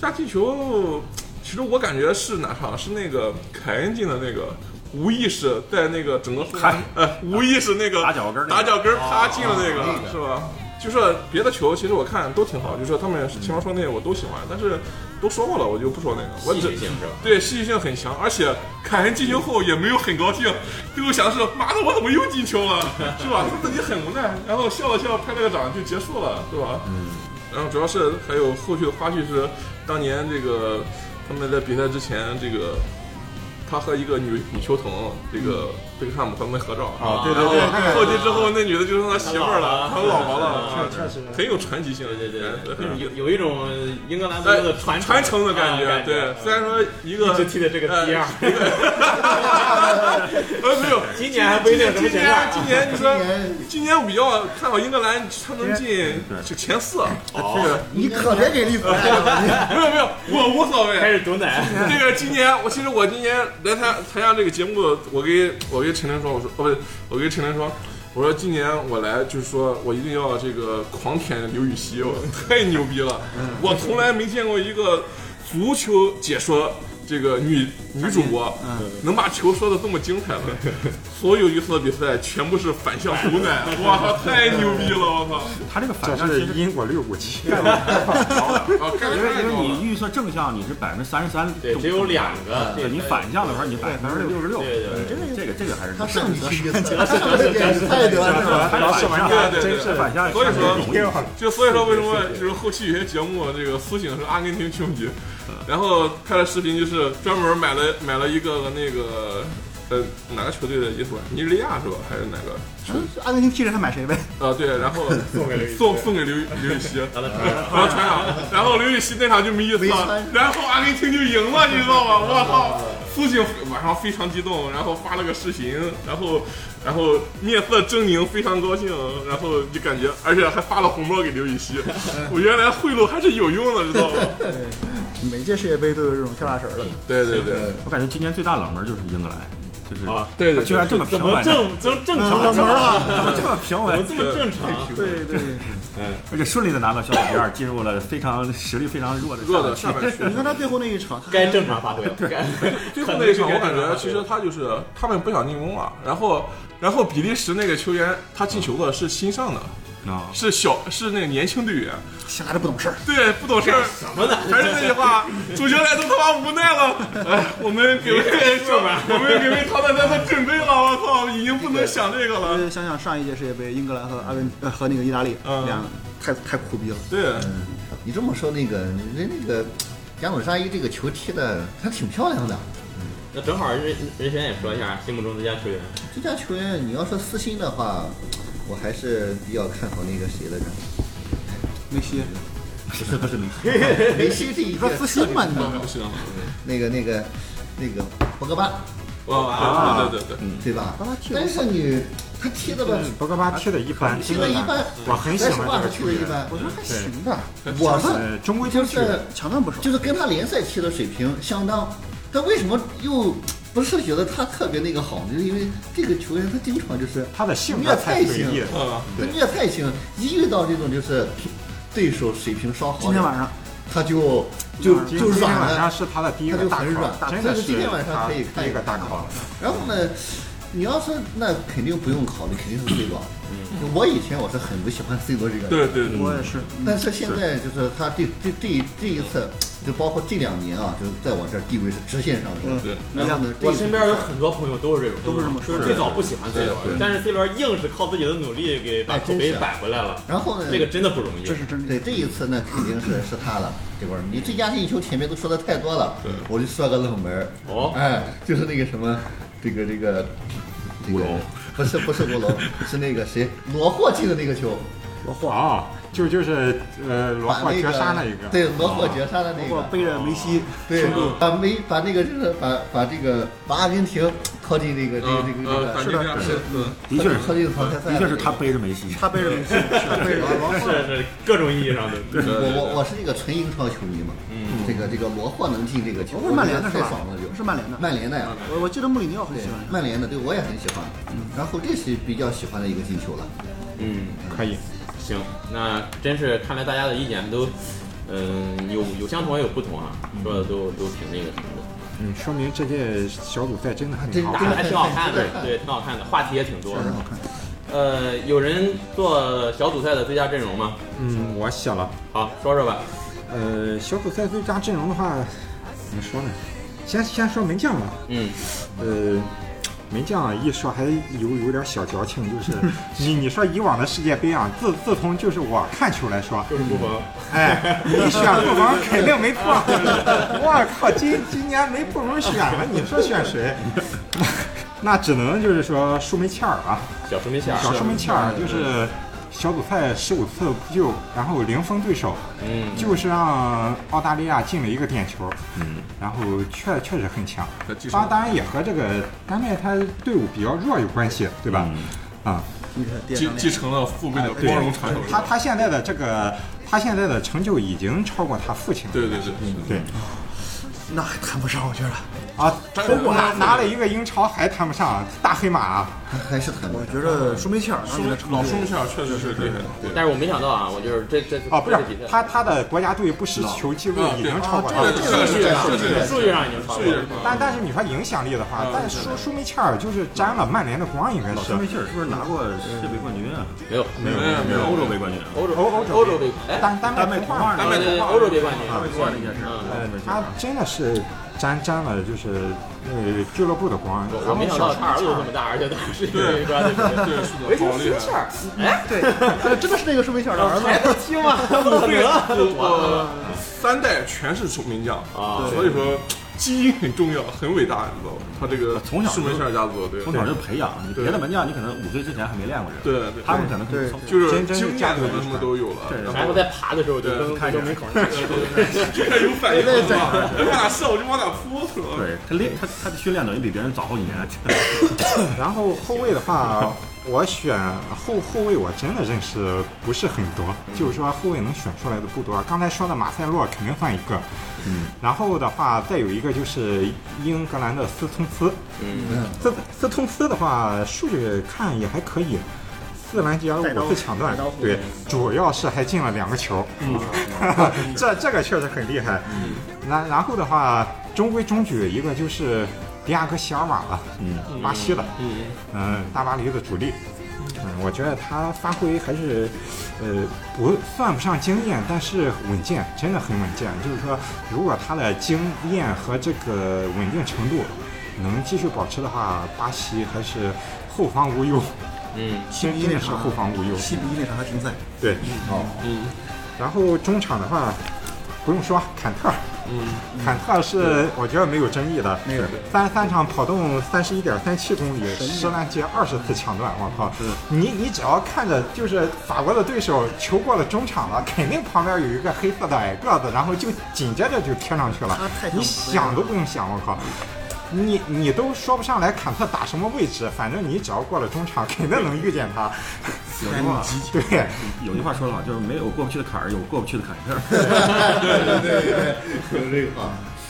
S6: 佳进球，其实我感觉是哪场？是那个凯恩进的那个。无意识在那个整个后
S4: 嗨
S6: 场，呃，无意识那个
S4: 打脚跟儿那
S6: 打
S4: 个
S6: 脚跟儿啪进了那个，是吧？就是别的球其实我看都挺好，就是他们前面说那些我都喜欢，但是都说过了，我就不说那个，我
S2: 戏
S6: 只
S2: 剧性是吧？
S6: 对，戏剧性很强，而且凯恩进球后也没有很高兴，最后想的是妈的我怎么又进球了，是吧？他自己很无奈，然后笑了笑，拍了个掌就结束了，是吧？嗯。然后主要是还有后续的花絮是，当年这个他们在比赛之前，这个他和一个女女球童这个贝克汉姆他们合照啊，
S2: 嗯对
S6: 然后后期之后那女的就成他媳妇儿了，
S2: 他
S6: 他
S2: 老
S6: 老
S2: 婆
S6: 婆
S2: 了
S6: 了，
S5: 确实
S6: 很有传奇性，
S2: 对对对，
S6: 很有
S2: 有有一种英格兰足
S6: 哎
S2: 球的传
S6: 传承的
S2: 啊感
S6: 感觉，对。虽然说一个
S2: 一直踢的这个
S6: 呃
S2: 第二
S6: 呃，没有，
S2: 今年还不一定什么
S6: 今
S2: 前段
S6: 年
S2: 啊
S6: 今年你说
S3: 今年
S6: 今年我比较看好英格兰，他能进就前四。这个
S3: 你可别给力弗赖了，
S6: 没有没有，我无所
S2: 开
S6: 谓。
S2: 始毒奶，
S6: 这个今年我其实我今年来参参加这个节目，我给我给陈晨说，我说哦不对，我给陈晨说。我说今年我来就是说我一定要这个狂舔刘禹锡，我太牛逼了！我从来没见过一个足球解说这个女女主播能把球说的这么精彩的，所有一次的比赛全部是反向毒奶，哇操，太牛逼了！我操，
S4: 他这个反
S5: 这
S4: 向
S5: 是
S4: 其实
S5: 因果六五七，
S6: 啊，
S4: 因
S6: 感
S4: 为
S6: 觉太
S4: 因为
S6: 高了
S4: 你。预测正向你是百分之三十三，
S2: 对，只有两
S6: 哎
S2: 个，
S4: 对你反向的话你百分之六十六，
S2: 对对
S4: 这个这个这个还是
S3: 他 上级决赛，他上级决赛得了是吧？
S4: 还是反向，
S6: 对对
S5: 真
S6: 对
S5: 是
S4: 反向
S6: 所以说
S4: 容易。
S6: 就所以说，为什么就是后期有些节目这个苏醒是阿根廷球迷，
S4: 嗯
S6: 然后拍了视频，就是专门买了买了一个那个呃哪个球队的衣服啊，尼日利亚是吧？还是哪个？
S7: 嗯阿根廷踢人还买谁呗？
S6: 啊，对，然后 送给送送给刘刘禹锡， 然后船长，然后刘禹锡那场就没意思了，然后阿根廷就赢了，你知道吗？我操！苏醒晚上非常激动，然后发了个视频，然后然后面色狰狞，非常高兴，然后就感觉，而且还发了红包给刘禹锡。我原来贿赂还是有用的，知道吗？
S7: 每届世界杯都有这种跳大神儿的。
S6: 对对对
S4: 我感觉今年最大冷门就是英格兰，就是
S2: 啊
S6: 对对，
S4: 居然这么
S2: 怎
S4: 平
S2: 么
S4: 稳，嗯
S2: 正正正常？啊
S7: 冷门了，
S4: 怎么这么平
S2: 怎
S4: 稳
S2: 么，这么正常？嗯
S7: 对对，
S4: 而且顺利的拿到小组第二，进入了非常实力非常弱的
S6: 弱的
S4: 下
S6: 下
S4: 半
S6: 半
S4: 区
S6: 区。
S7: 你看他最后那一场，他
S2: 该正常发挥了。该
S6: 最后那一场，我感觉其实他就是他们不想进攻了，然后然后比利时那个球员他进球的是新上的，
S4: 啊，
S6: 是小是那个年轻队员，
S7: 瞎的不懂事儿。
S6: 对，不懂事儿，什么呢？还是那句话，主教练都他妈无奈了，哎，我们给为我们给为淘汰赛做准备了，我操，已经不能想这个
S7: 因
S6: 了，
S7: 为想想上一届世界杯，英格兰和阿根呃和那个意大利
S6: 嗯
S7: 两太太苦逼了。
S6: 对，
S3: 你这么说那个人那个亚努扎伊这个球踢的还挺漂亮的，
S2: 那正好任任轩也说一下心目中最佳球员，
S3: 最佳球员你要说私心的话，我还是比较看好那个谁来着。
S7: 梅西，
S3: 不是不是梅西， 梅西这一
S7: 你说
S3: 个
S7: 自信嘛？你
S6: 那
S7: 们
S6: 不行，
S3: 那个那个那个博格巴，啊
S6: 哇，对对对对，
S3: 对吧
S7: 博格巴踢？得
S3: 但是你他踢的吧，
S5: 博格巴
S3: 啊
S5: 踢的一般，
S3: 踢的一般，
S5: 我很喜
S3: 咱实
S5: 欢
S3: 话说
S5: 这个
S3: 踢
S5: 球
S3: 的一
S5: 员，
S3: 般
S7: 我，觉得还行吧，
S3: 我
S5: 呃，中规
S3: 就
S5: 中矩。
S3: 是
S7: 抢断不少。
S3: 就是跟他联赛踢的水平相当，但为什么又不是觉得他特别那个好呢？就是因为这个球员他经常就是
S5: 他的性格太随意了，
S6: 啊，
S3: 他虐菜型，一遇到这种就是对手水平稍好，
S7: 今天晚上
S3: 他就就
S5: 今
S3: 就
S5: 今天
S3: 软
S5: 晚上
S3: 了。
S5: 是他的第一个
S3: 他
S5: 大
S3: 就很软
S5: 考，真
S3: 这
S5: 的
S3: 个
S5: 是
S3: 今天晚上
S5: 他
S3: 可以
S5: 第
S3: 看一
S5: 一个
S3: 看
S5: 大考了。
S3: 然后呢，你要说那肯定不用考虑，肯定是 C 罗。嗯，我以前我是很不喜欢 C 罗这个人，
S6: 对对对，
S7: 我也是，
S3: 但是现在就是他这这这这一次，就包括这两年啊，就是在我这儿地位是直线上升。
S5: 嗯
S6: 对
S3: 然后呢，这
S2: 我身边有很多朋友都是这种，
S7: 都是这么
S2: 就是最早不喜欢 C 罗，但是 C 罗硬是靠自己的努力给把
S3: 哎
S2: 口
S3: 真
S2: 碑
S3: 是
S2: 摆回来了，
S3: 然后呢，
S2: 啊嗯这个真的不容易
S7: 这。是真的。
S3: 对这一次呢，肯定是是他了。这会儿你最佳进球前面都说的太多了，我就说个冷门儿
S2: 哦
S3: 哎，就是那个什么，这个这个，这个
S4: 龙
S3: 不是不是乌龙，是那个谁罗霍进的那个球，
S5: 罗霍啊，就就是呃罗
S3: 嗯把
S5: 霍
S3: 那
S5: 绝杀那一个，
S3: 对罗霍绝杀的那
S7: 包
S3: 个，
S7: 括背着梅西，
S3: 对，把梅把那个就是把把这个把阿根廷拖进那个这个
S6: 嗯
S3: 这
S6: 呃，
S3: 个
S6: 反
S3: 这
S6: 正
S3: 个
S6: 这样是嗯，
S4: 的确是，
S3: 拖进淘汰赛，
S4: 的确是他。背着梅西，
S7: 他背着梅西，他背着
S2: 这
S7: 罗
S2: 是
S7: 霍，
S2: 是各种意义上的，
S6: 对对
S3: 我
S6: 对
S3: 我我是一个纯英超球迷嘛，嗯，这个这个罗霍能进这个球，
S7: 罗霍是曼联的
S3: 我觉
S7: 是
S3: 得太
S7: 吧
S3: 爽了就，
S7: 是曼联的
S3: 曼联的呀，
S7: 我我记得穆里尼奥很喜欢他。
S3: 曼联的，对我也很喜欢。嗯然后这是比较喜欢的一个进球了。
S2: 嗯，
S5: 可以。
S2: 行，那真是看来大家的意见都，嗯，有有相同也有不同啊，说的都都挺那个什么的。
S5: 嗯，说明这届小组赛真的很
S3: 真
S5: 好
S2: 打
S5: 看。
S2: 的还挺好看的
S3: 对，
S2: 对，挺好看的，话题也挺多的
S7: 很。好看，
S2: 呃，有人做小组赛的最佳阵容吗？
S5: 嗯，我写了。
S2: 好，说说吧。
S5: 呃，小组赛最佳阵容的话，怎么说呢？先先说门将吧。
S2: 嗯，
S5: 呃，门将啊一说还有有点小矫情，就是你你说以往的世界杯啊，自自从就是我看球来说，
S2: 就是不妨。
S5: 哎，你选布冯肯定没错。我靠，今今年没布冯选了，啊你说选谁？ 那只能就是说舒梅切尔啊，
S2: 小说没下。
S5: 小舒梅切
S6: 啊
S5: 尔就是小组赛十五次扑救，然后零封对手，
S2: 嗯，
S5: 就是让澳大利亚进了一个点球，嗯，然后确确实很强
S6: 在技，术
S5: 当然当然也和这个丹麦他队伍比较弱有关系，对吧？
S6: 嗯
S5: 啊、
S7: 你看第
S6: 继
S7: 二
S6: 继承了父辈
S7: 哎
S6: 的
S5: 对
S6: 光荣传统，
S5: 他他现在的这个他现在的成就已经超过他父亲了，
S6: 对对对，
S3: 嗯
S6: 是
S5: 对
S7: 那还谈不上，我觉得，
S5: 啊，
S6: 张
S5: 中国
S6: 张
S5: 拿拿了一个英超还谈不上大黑马啊，
S3: 还是谈不
S7: 我
S3: 上。
S7: 觉得舒梅切尔
S6: 舒
S7: 当年的成
S6: 老
S7: 就
S6: 舒梅切尔确实是厉害，对。
S2: 但是我没想到啊，我就是这这
S5: 啊不
S2: 这
S5: 是
S2: 比赛
S5: 他他的国家队不失球记录
S6: 啊
S5: 已
S6: 对
S5: 经
S6: 啊
S5: 超过他了
S6: 这个。这个是这个是这个
S2: 数据上已经超过了。
S6: 是
S5: 但但是你说影响力的
S2: 嗯
S5: 话，但舒舒梅切尔就是沾了曼联的光，应该
S4: 老
S5: 是
S4: 师梅切尔是不是拿过世界杯冠军啊？
S2: 没有，
S6: 没有没有
S4: 欧洲杯冠军啊？
S2: 欧洲
S5: 欧欧洲
S2: 欧洲杯，哎，
S5: 丹丹
S4: 丹
S5: 麦
S4: 麦
S5: 同
S4: 同
S5: 化
S4: 化
S2: 对对对，欧洲杯冠
S4: 啊
S2: 军，欧洲杯冠军是。嗯
S5: 呃，他真的是沾沾了，就是呃俱乐部的光。
S2: 我我
S5: 然后
S2: 没想到
S5: 小
S2: 他儿子都这么大，而且他是一个专业
S6: 对，
S2: 的。
S6: 是
S2: 维
S6: 的，
S2: 什么
S6: 好厉
S2: 切
S6: 害！
S2: 尔？哎，
S7: 对，哎真的是那个舒梅切尔的儿子。
S2: 还能踢吗？不可能！
S6: 我三代全是守门将
S2: 啊
S6: 所以说基因很重要，很伟大，你知道吧？他这个
S4: 从小就
S6: 舒梅切尔家族，对，
S4: 从小就培养，你别的门将你可能五岁之前还没练过人，
S6: 对对
S4: 他们可能可能从
S6: 就是
S5: 真真是
S6: 经验
S5: 家族
S6: 可
S5: 遗
S6: 能什么
S5: 传
S6: 都有了，
S4: 对
S6: 然
S2: 然
S6: 后
S2: 后在爬的时候就跟
S4: 看
S2: 跟
S4: 着
S2: 没口上。
S6: 这个有反应了是吧，我往哪射我就往哪扑，是吧？
S4: 对他练他他的训练等于比别人早好几年，啊
S5: 然后后卫的话，我选后后卫，我真的认识不是很多，就是说后卫能选出来的不多。刚才说的马塞洛肯定算一个，嗯，然后的话再有一个就是英格兰的斯通斯，嗯，斯斯通斯的话数据看也还可以。四拦截五次抢断，对，主要是还进了两个球，嗯， 这这个确实很厉害。然然后的话，中规中矩，一个就是迪亚哥席尔瓦了，嗯，巴西的，嗯，大巴黎的主力。嗯，我觉得他发挥还是，呃，不算不上惊艳，但是稳健，真的很稳健。就是说，如果他的经验和这个稳定程度能继续保持的话，巴西还是后方无忧。
S2: 嗯，
S5: 真真的是后防无忧。
S7: 七比一那场还停赛，
S5: 对，哦，
S7: 嗯
S5: 然后中场的话，不用说，坎特，嗯，坎特是我觉得没有争议的，
S7: 没有
S5: 三三场跑动三十一点三七公里，十拦截二十次抢断，我靠！你你只要看着就是法国的对手球过了中场了，肯定旁边有一个黑色的矮个子，然后就紧接着就贴上去了
S7: 他啊太，想
S5: 你
S7: 飞了
S5: 想都不用想，我靠！你你都说不上来坎特打什么位置，反正你只要过了中场，肯定能遇见他。 对，
S4: 有句话说得好，就是没有过不去的坎儿，有过不去的坎儿。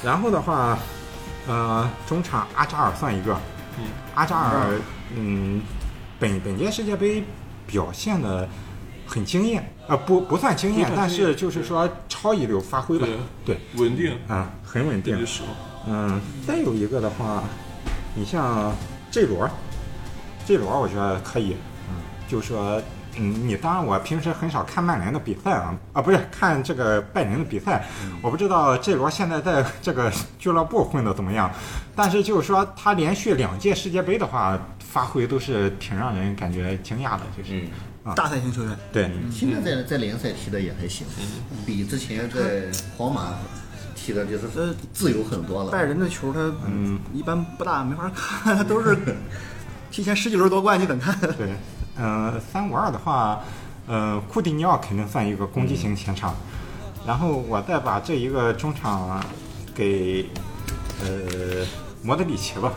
S5: 然后的话，呃，中场阿扎尔算一个，阿扎尔，嗯，本本届世界杯表现的很惊艳，呃，不不算惊艳，但是就是说超一流发挥吧，对，
S6: 稳定，
S5: 啊，很稳
S6: 这
S5: 定
S6: 就，是
S5: 嗯，再有一个的话，你像 J 罗，这轮我觉得可以，嗯，就说。嗯，你当然，我平时很少看曼联的比赛啊，啊，不是看这个拜仁的比赛。我不知道这罗现在在这个俱乐部混的怎么样，但是就是说他连续两届世界杯的话，发挥都是挺让人感觉惊讶的，就是、
S2: 嗯，
S7: 大赛型球员，
S5: 对，
S3: 现在在在联赛踢的也还行，比之前在皇马踢的就是
S7: 呃
S3: 自由很多了。
S7: 拜仁的球他嗯一般不大没法看，都是提前十几轮夺冠你等看。
S5: 对，呃，三五二的话，呃，库蒂尼奥肯定算一个攻击型前场，然后我再把这一个中场给呃莫德里奇吧，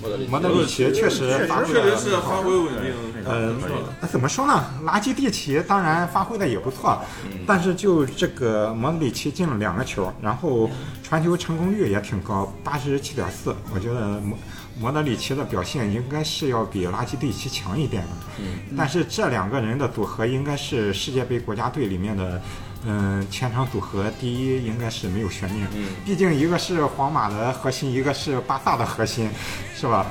S2: 莫德里奇
S5: 莫德里奇确实发挥
S6: 确
S5: 的
S6: 实是发挥稳定，
S5: 呃
S6: 怎么说呢，
S5: 怎么说呢？拉基蒂奇当然发挥的也不错，但是就这个莫德里奇进了两个球，然后传球成功率也挺高，八十七点四。我觉得莫莫德里奇的表现应该是要比拉基蒂奇强一点的。但是这两个人的组合应该是世界杯国家队里面的。嗯，前场组合第一应该是没有悬念，毕竟一个是皇马的核心，一个是巴萨的核心，是吧？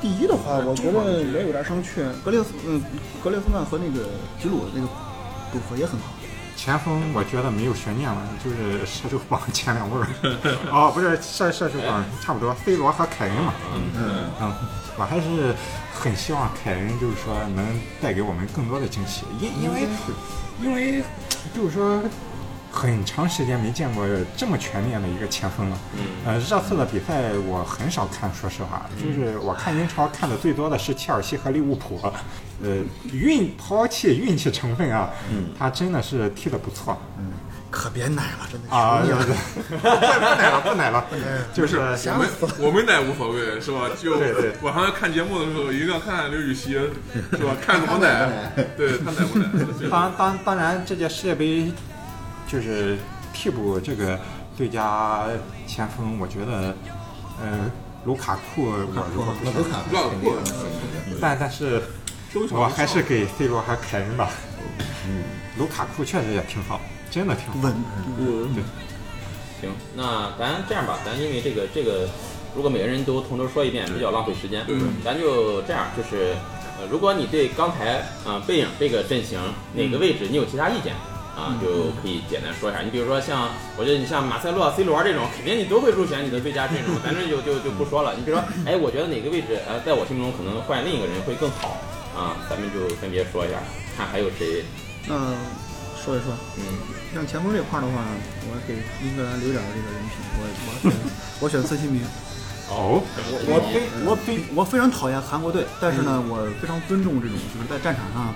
S7: 第一的话，我觉 得也有点商榷。格列斯，嗯，格列斯曼和那个吉鲁那个组合也很好。
S5: 前锋我觉得没有悬念了，就是射手榜前两位儿。哦，不是射射手榜差不多，C 罗和凯恩嘛。嗯嗯，我还是很希望凯恩就是说能带给我们更多的惊喜，因
S7: 嗯
S5: 因为因为就是说。很长时间没见过这么全面的一个前锋了。
S7: 嗯
S5: 呃，热刺的比赛我很少看，说实话，就是我看英超看的最多的是切尔西和利物浦。呃，运抛弃运气成分啊，他真的是踢得不错。
S7: 嗯可别奶了，真的。嗯
S5: 啊，对对对 不奶了，不奶了，就是
S6: 我们我们奶无所谓是吧？就
S5: 对对
S6: 晚上看节目的时候，一定要看刘禹锡是吧？看怎么奶，对他奶不奶？对
S5: 当当当然，这届世界杯就是替补这个最佳前锋，我觉得，呃，卢卡库我如果不
S3: 卢卡
S6: 不要过，
S5: 但但是我还是给 C 罗和凯恩吧。卢卡库确实也挺好，真的挺好。
S7: 稳，
S2: 行，那咱这样吧，咱因为这个这个，如果每个人都从头说一遍，比较浪费时间，咱就这样，就是呃，如果你对刚才啊、呃背影这个阵型哪个位置你有其他意见啊、就可以简单说一下。你比如说像，我觉得你像马塞洛、C 啊罗这种，肯定你都会入选你的最佳阵容，咱这就就就不说了。你比如说，哎，我觉得哪个位置呃，在我心目中可能换另一个人会更好啊、咱们就分别说一下，看还有谁，
S7: 那嗯说一说，
S2: 嗯，
S7: 像前锋这块儿的话，我给英格兰留点儿这个人品，我我选我选孙兴民。
S5: 哦，
S7: 我非哎我非嗯我非常讨厌韩国队，但是呢，我非常尊重这种就是在战场上，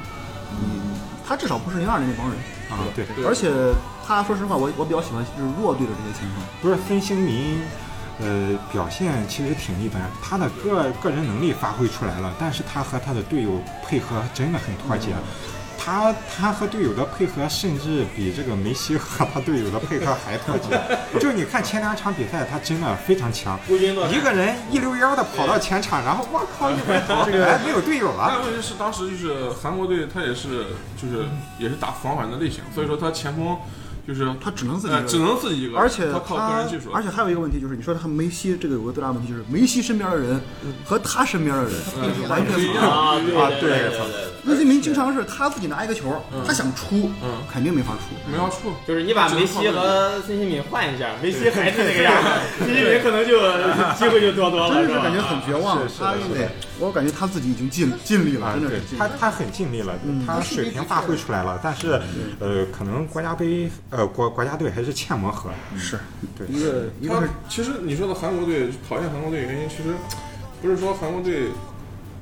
S7: 嗯，他至少不是零二年那帮人，
S5: 啊，对，
S7: 而且他说实话，我我比较喜欢就是弱队的这些前锋。
S5: 不是孙兴民，呃，表现其实挺一般，他的个个人能力发挥出来了，但是他和他的队友配合真的很脱节。他他和队友的配合，甚至比这个梅西和他队友的配合还脱 节。就你看前两场比赛，他真的非常强，
S2: 孤军作战
S5: 一个人一溜烟的跑到前场，然后我靠一百投， 哎，没有队友了。
S6: 但问题是，当时就是韩国队，他也是就是也是打防反的类型，所以说他前锋就是
S7: 他只能自己
S6: 呃只能自己一个，
S7: 而且
S6: 他
S7: 他
S6: 靠个人技术，
S7: 而且还有一个问题就是，你说他梅西这个有个最大问题就是，梅西身边的人和他身边的人完全
S6: 嗯不一
S7: 不一
S6: 样
S7: 样。
S2: 啊，对
S5: 啊
S2: 对
S5: 对
S2: 对对对
S7: 孙兴民经常是他自己拿一个球，他想出，肯定没法出。
S6: 嗯没法处。
S2: 就是你把梅西和孙兴慜换一下，梅西还是那 个样儿，孙兴慜可能 就机会就多多了，
S7: 真
S2: 是
S7: 是
S2: 吧
S7: 感觉很绝望，他对我感觉他自己已经尽尽力了，
S5: 啊，
S7: 真的
S5: 对
S7: 是嗯尽力
S5: 他，。他很尽力了，他水平发挥出来了，但是，
S7: 嗯
S5: 呃，可能国家杯，呃，国国家队还是欠磨合。
S7: 是
S5: 对
S7: 一个一个
S6: 他
S7: 是
S6: 其实你说的韩国队讨厌韩国队的原因，其实不是说韩国队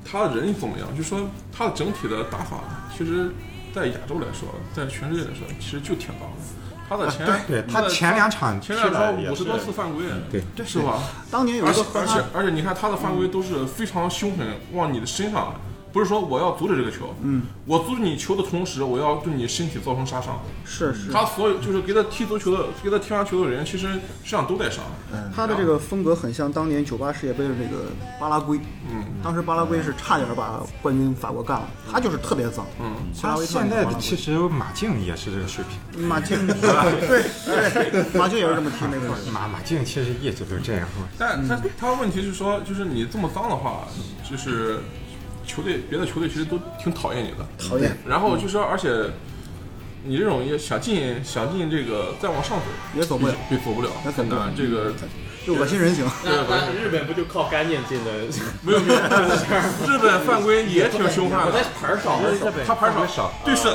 S6: 他人怎么样，就说他整体的打法，其实，在亚洲来说，在全世界来说，其实就挺棒的。他在前、
S5: 对
S6: 他
S5: 他
S6: 的
S5: 前两场踢
S6: 前两
S5: 的
S6: 场
S5: 也
S6: 五十
S5: 是，
S6: 多次犯规，
S5: 对
S6: 对是吧？
S7: 当年有
S6: 而
S7: 一
S6: 且
S7: 个
S6: 而且而且，你看他的犯规都是非常凶狠，往你的身上来。不是说我要阻止这个球，嗯，我阻止你球的同时，我要对你身体造成杀伤。
S7: 是是
S6: 他所有就是给他踢足球的，给他踢完球的人，其实身上都带伤。
S7: 他的这个风格很像当年九八世界杯的这个巴拉圭，嗯，当时巴拉圭是差点把冠军法国干了，他就是特别脏，嗯，
S5: 他现在其实马竞也是这个水平，
S7: 马竞 对对，马竞也是这么踢那块儿。
S5: 马马竞其实一直都这样。
S6: 但他他问题是说，就是你这么脏的话，就是球队别的球队其实都挺讨厌你的，
S7: 讨厌，
S6: 然后就是而且你这种也想进想进这个再往上走
S7: 也走不了，
S6: 也走不了，
S7: 那
S6: 很
S7: 肯定
S6: 难。这个
S7: 就恶心人行。
S2: 那那日本不就靠干净进 的？
S6: 没有没有， 日本犯规也挺凶悍
S2: 我
S6: 的
S2: 在，牌儿少，
S6: 他牌少少，对是，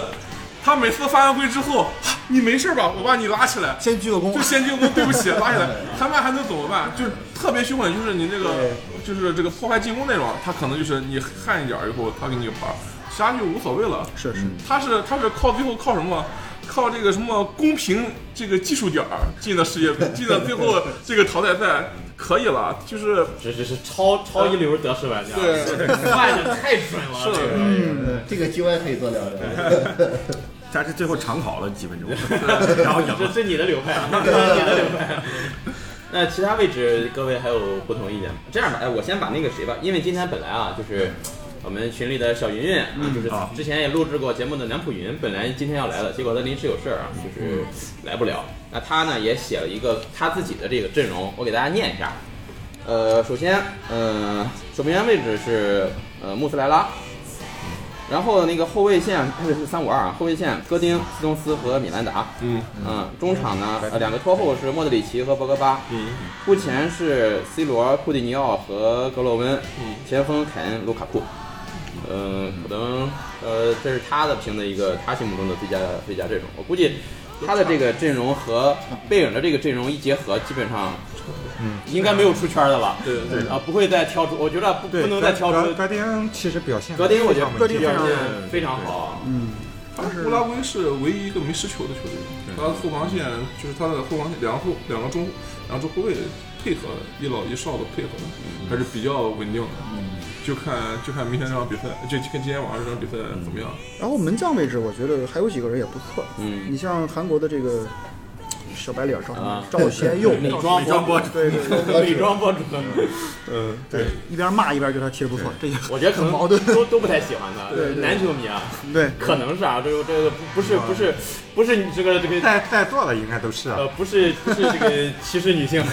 S6: 他每次犯完规之后，啊你没事吧？我把你拉起来，
S7: 先鞠个躬
S6: 就，先进攻，对不起，拉下来，他们还能怎么办？就是特别凶狠，就是你那个，就是这个破坏进攻那种，他可能就是你焊一点儿以后，他给你个牌儿，其他就无所谓了。
S7: 是是，
S6: 他是他是靠最后靠什么？靠这个什么公平这个技术点儿进的世界杯，进了最后这个淘汰赛可以了，就是
S2: 这这是超超一流德式玩家， 算的太准了，这个
S3: 这个 G Y 可以多聊聊。
S4: 但是最后长跑了几分钟， 然后赢
S2: 这
S4: 了。
S2: 是你的流 派，这是你的流派。那其他位置各位还有不同意见吗？这样吧，哎，我先把那个谁吧，因为今天本来啊，就是我们群里的小云云啊，就是
S4: 啊
S2: 之前也录制过节目的梁普云，本来今天要来的，结果他临时有事儿啊，
S4: 嗯
S2: 就是来不了。那他呢也写了一个他自己的这个阵容，我给大家念一下。呃，首先，呃，守门员位置是呃穆斯莱拉，然后那个后卫线是三五二啊，后卫线戈丁、斯通斯和米兰达。
S6: 嗯
S2: 嗯，中场呢，呃，两个拖后是莫德里奇和博格巴，
S6: 嗯
S2: 目前是 C 罗、库蒂尼奥和格洛温，
S6: 嗯
S2: 前锋凯恩、卢卡库。嗯，可能呃，这是他的评的一个他心目中的最佳最佳阵容。我估计他的这个阵容和贝尔的这个阵容一结合，基本上，嗯，应该没有出圈的了。
S6: 对对
S2: 啊，不会再挑出，我觉得不
S5: 对，
S2: 不能再
S5: 格
S2: 挑出。
S5: 格丁其实表现
S2: 格丁，我觉得
S5: 非常稳
S7: 格丁
S5: 健
S2: 表
S7: 非常
S2: 现非常好。
S6: 他乌拉圭是唯一一个没失球的球队，他的后防线就是他的后防线两个后两个中两个中后卫配合一老一少的配合还是比较稳定的，就看就看明天这场比赛，就就看今天晚上这场比赛怎么样。
S7: 然后门将位置，我觉得还有几个人也不错。
S2: 嗯
S7: 你像韩国的这个小白脸赵
S2: 啊
S7: 赵贤佑，
S2: 美妆博主，
S7: 对对对，
S2: 美妆博主，
S7: 一边骂一边觉得他踢得不错，这也
S2: 我觉得可
S7: 很
S2: 能
S7: 矛盾。
S2: 都都不太喜欢他，
S7: 对对
S2: 男球迷啊，
S7: 对，
S2: 可能是啊，这个这个不是不是不是你这个这个
S5: 在在座的应该都是啊
S2: 呃不是不是这个歧视女性，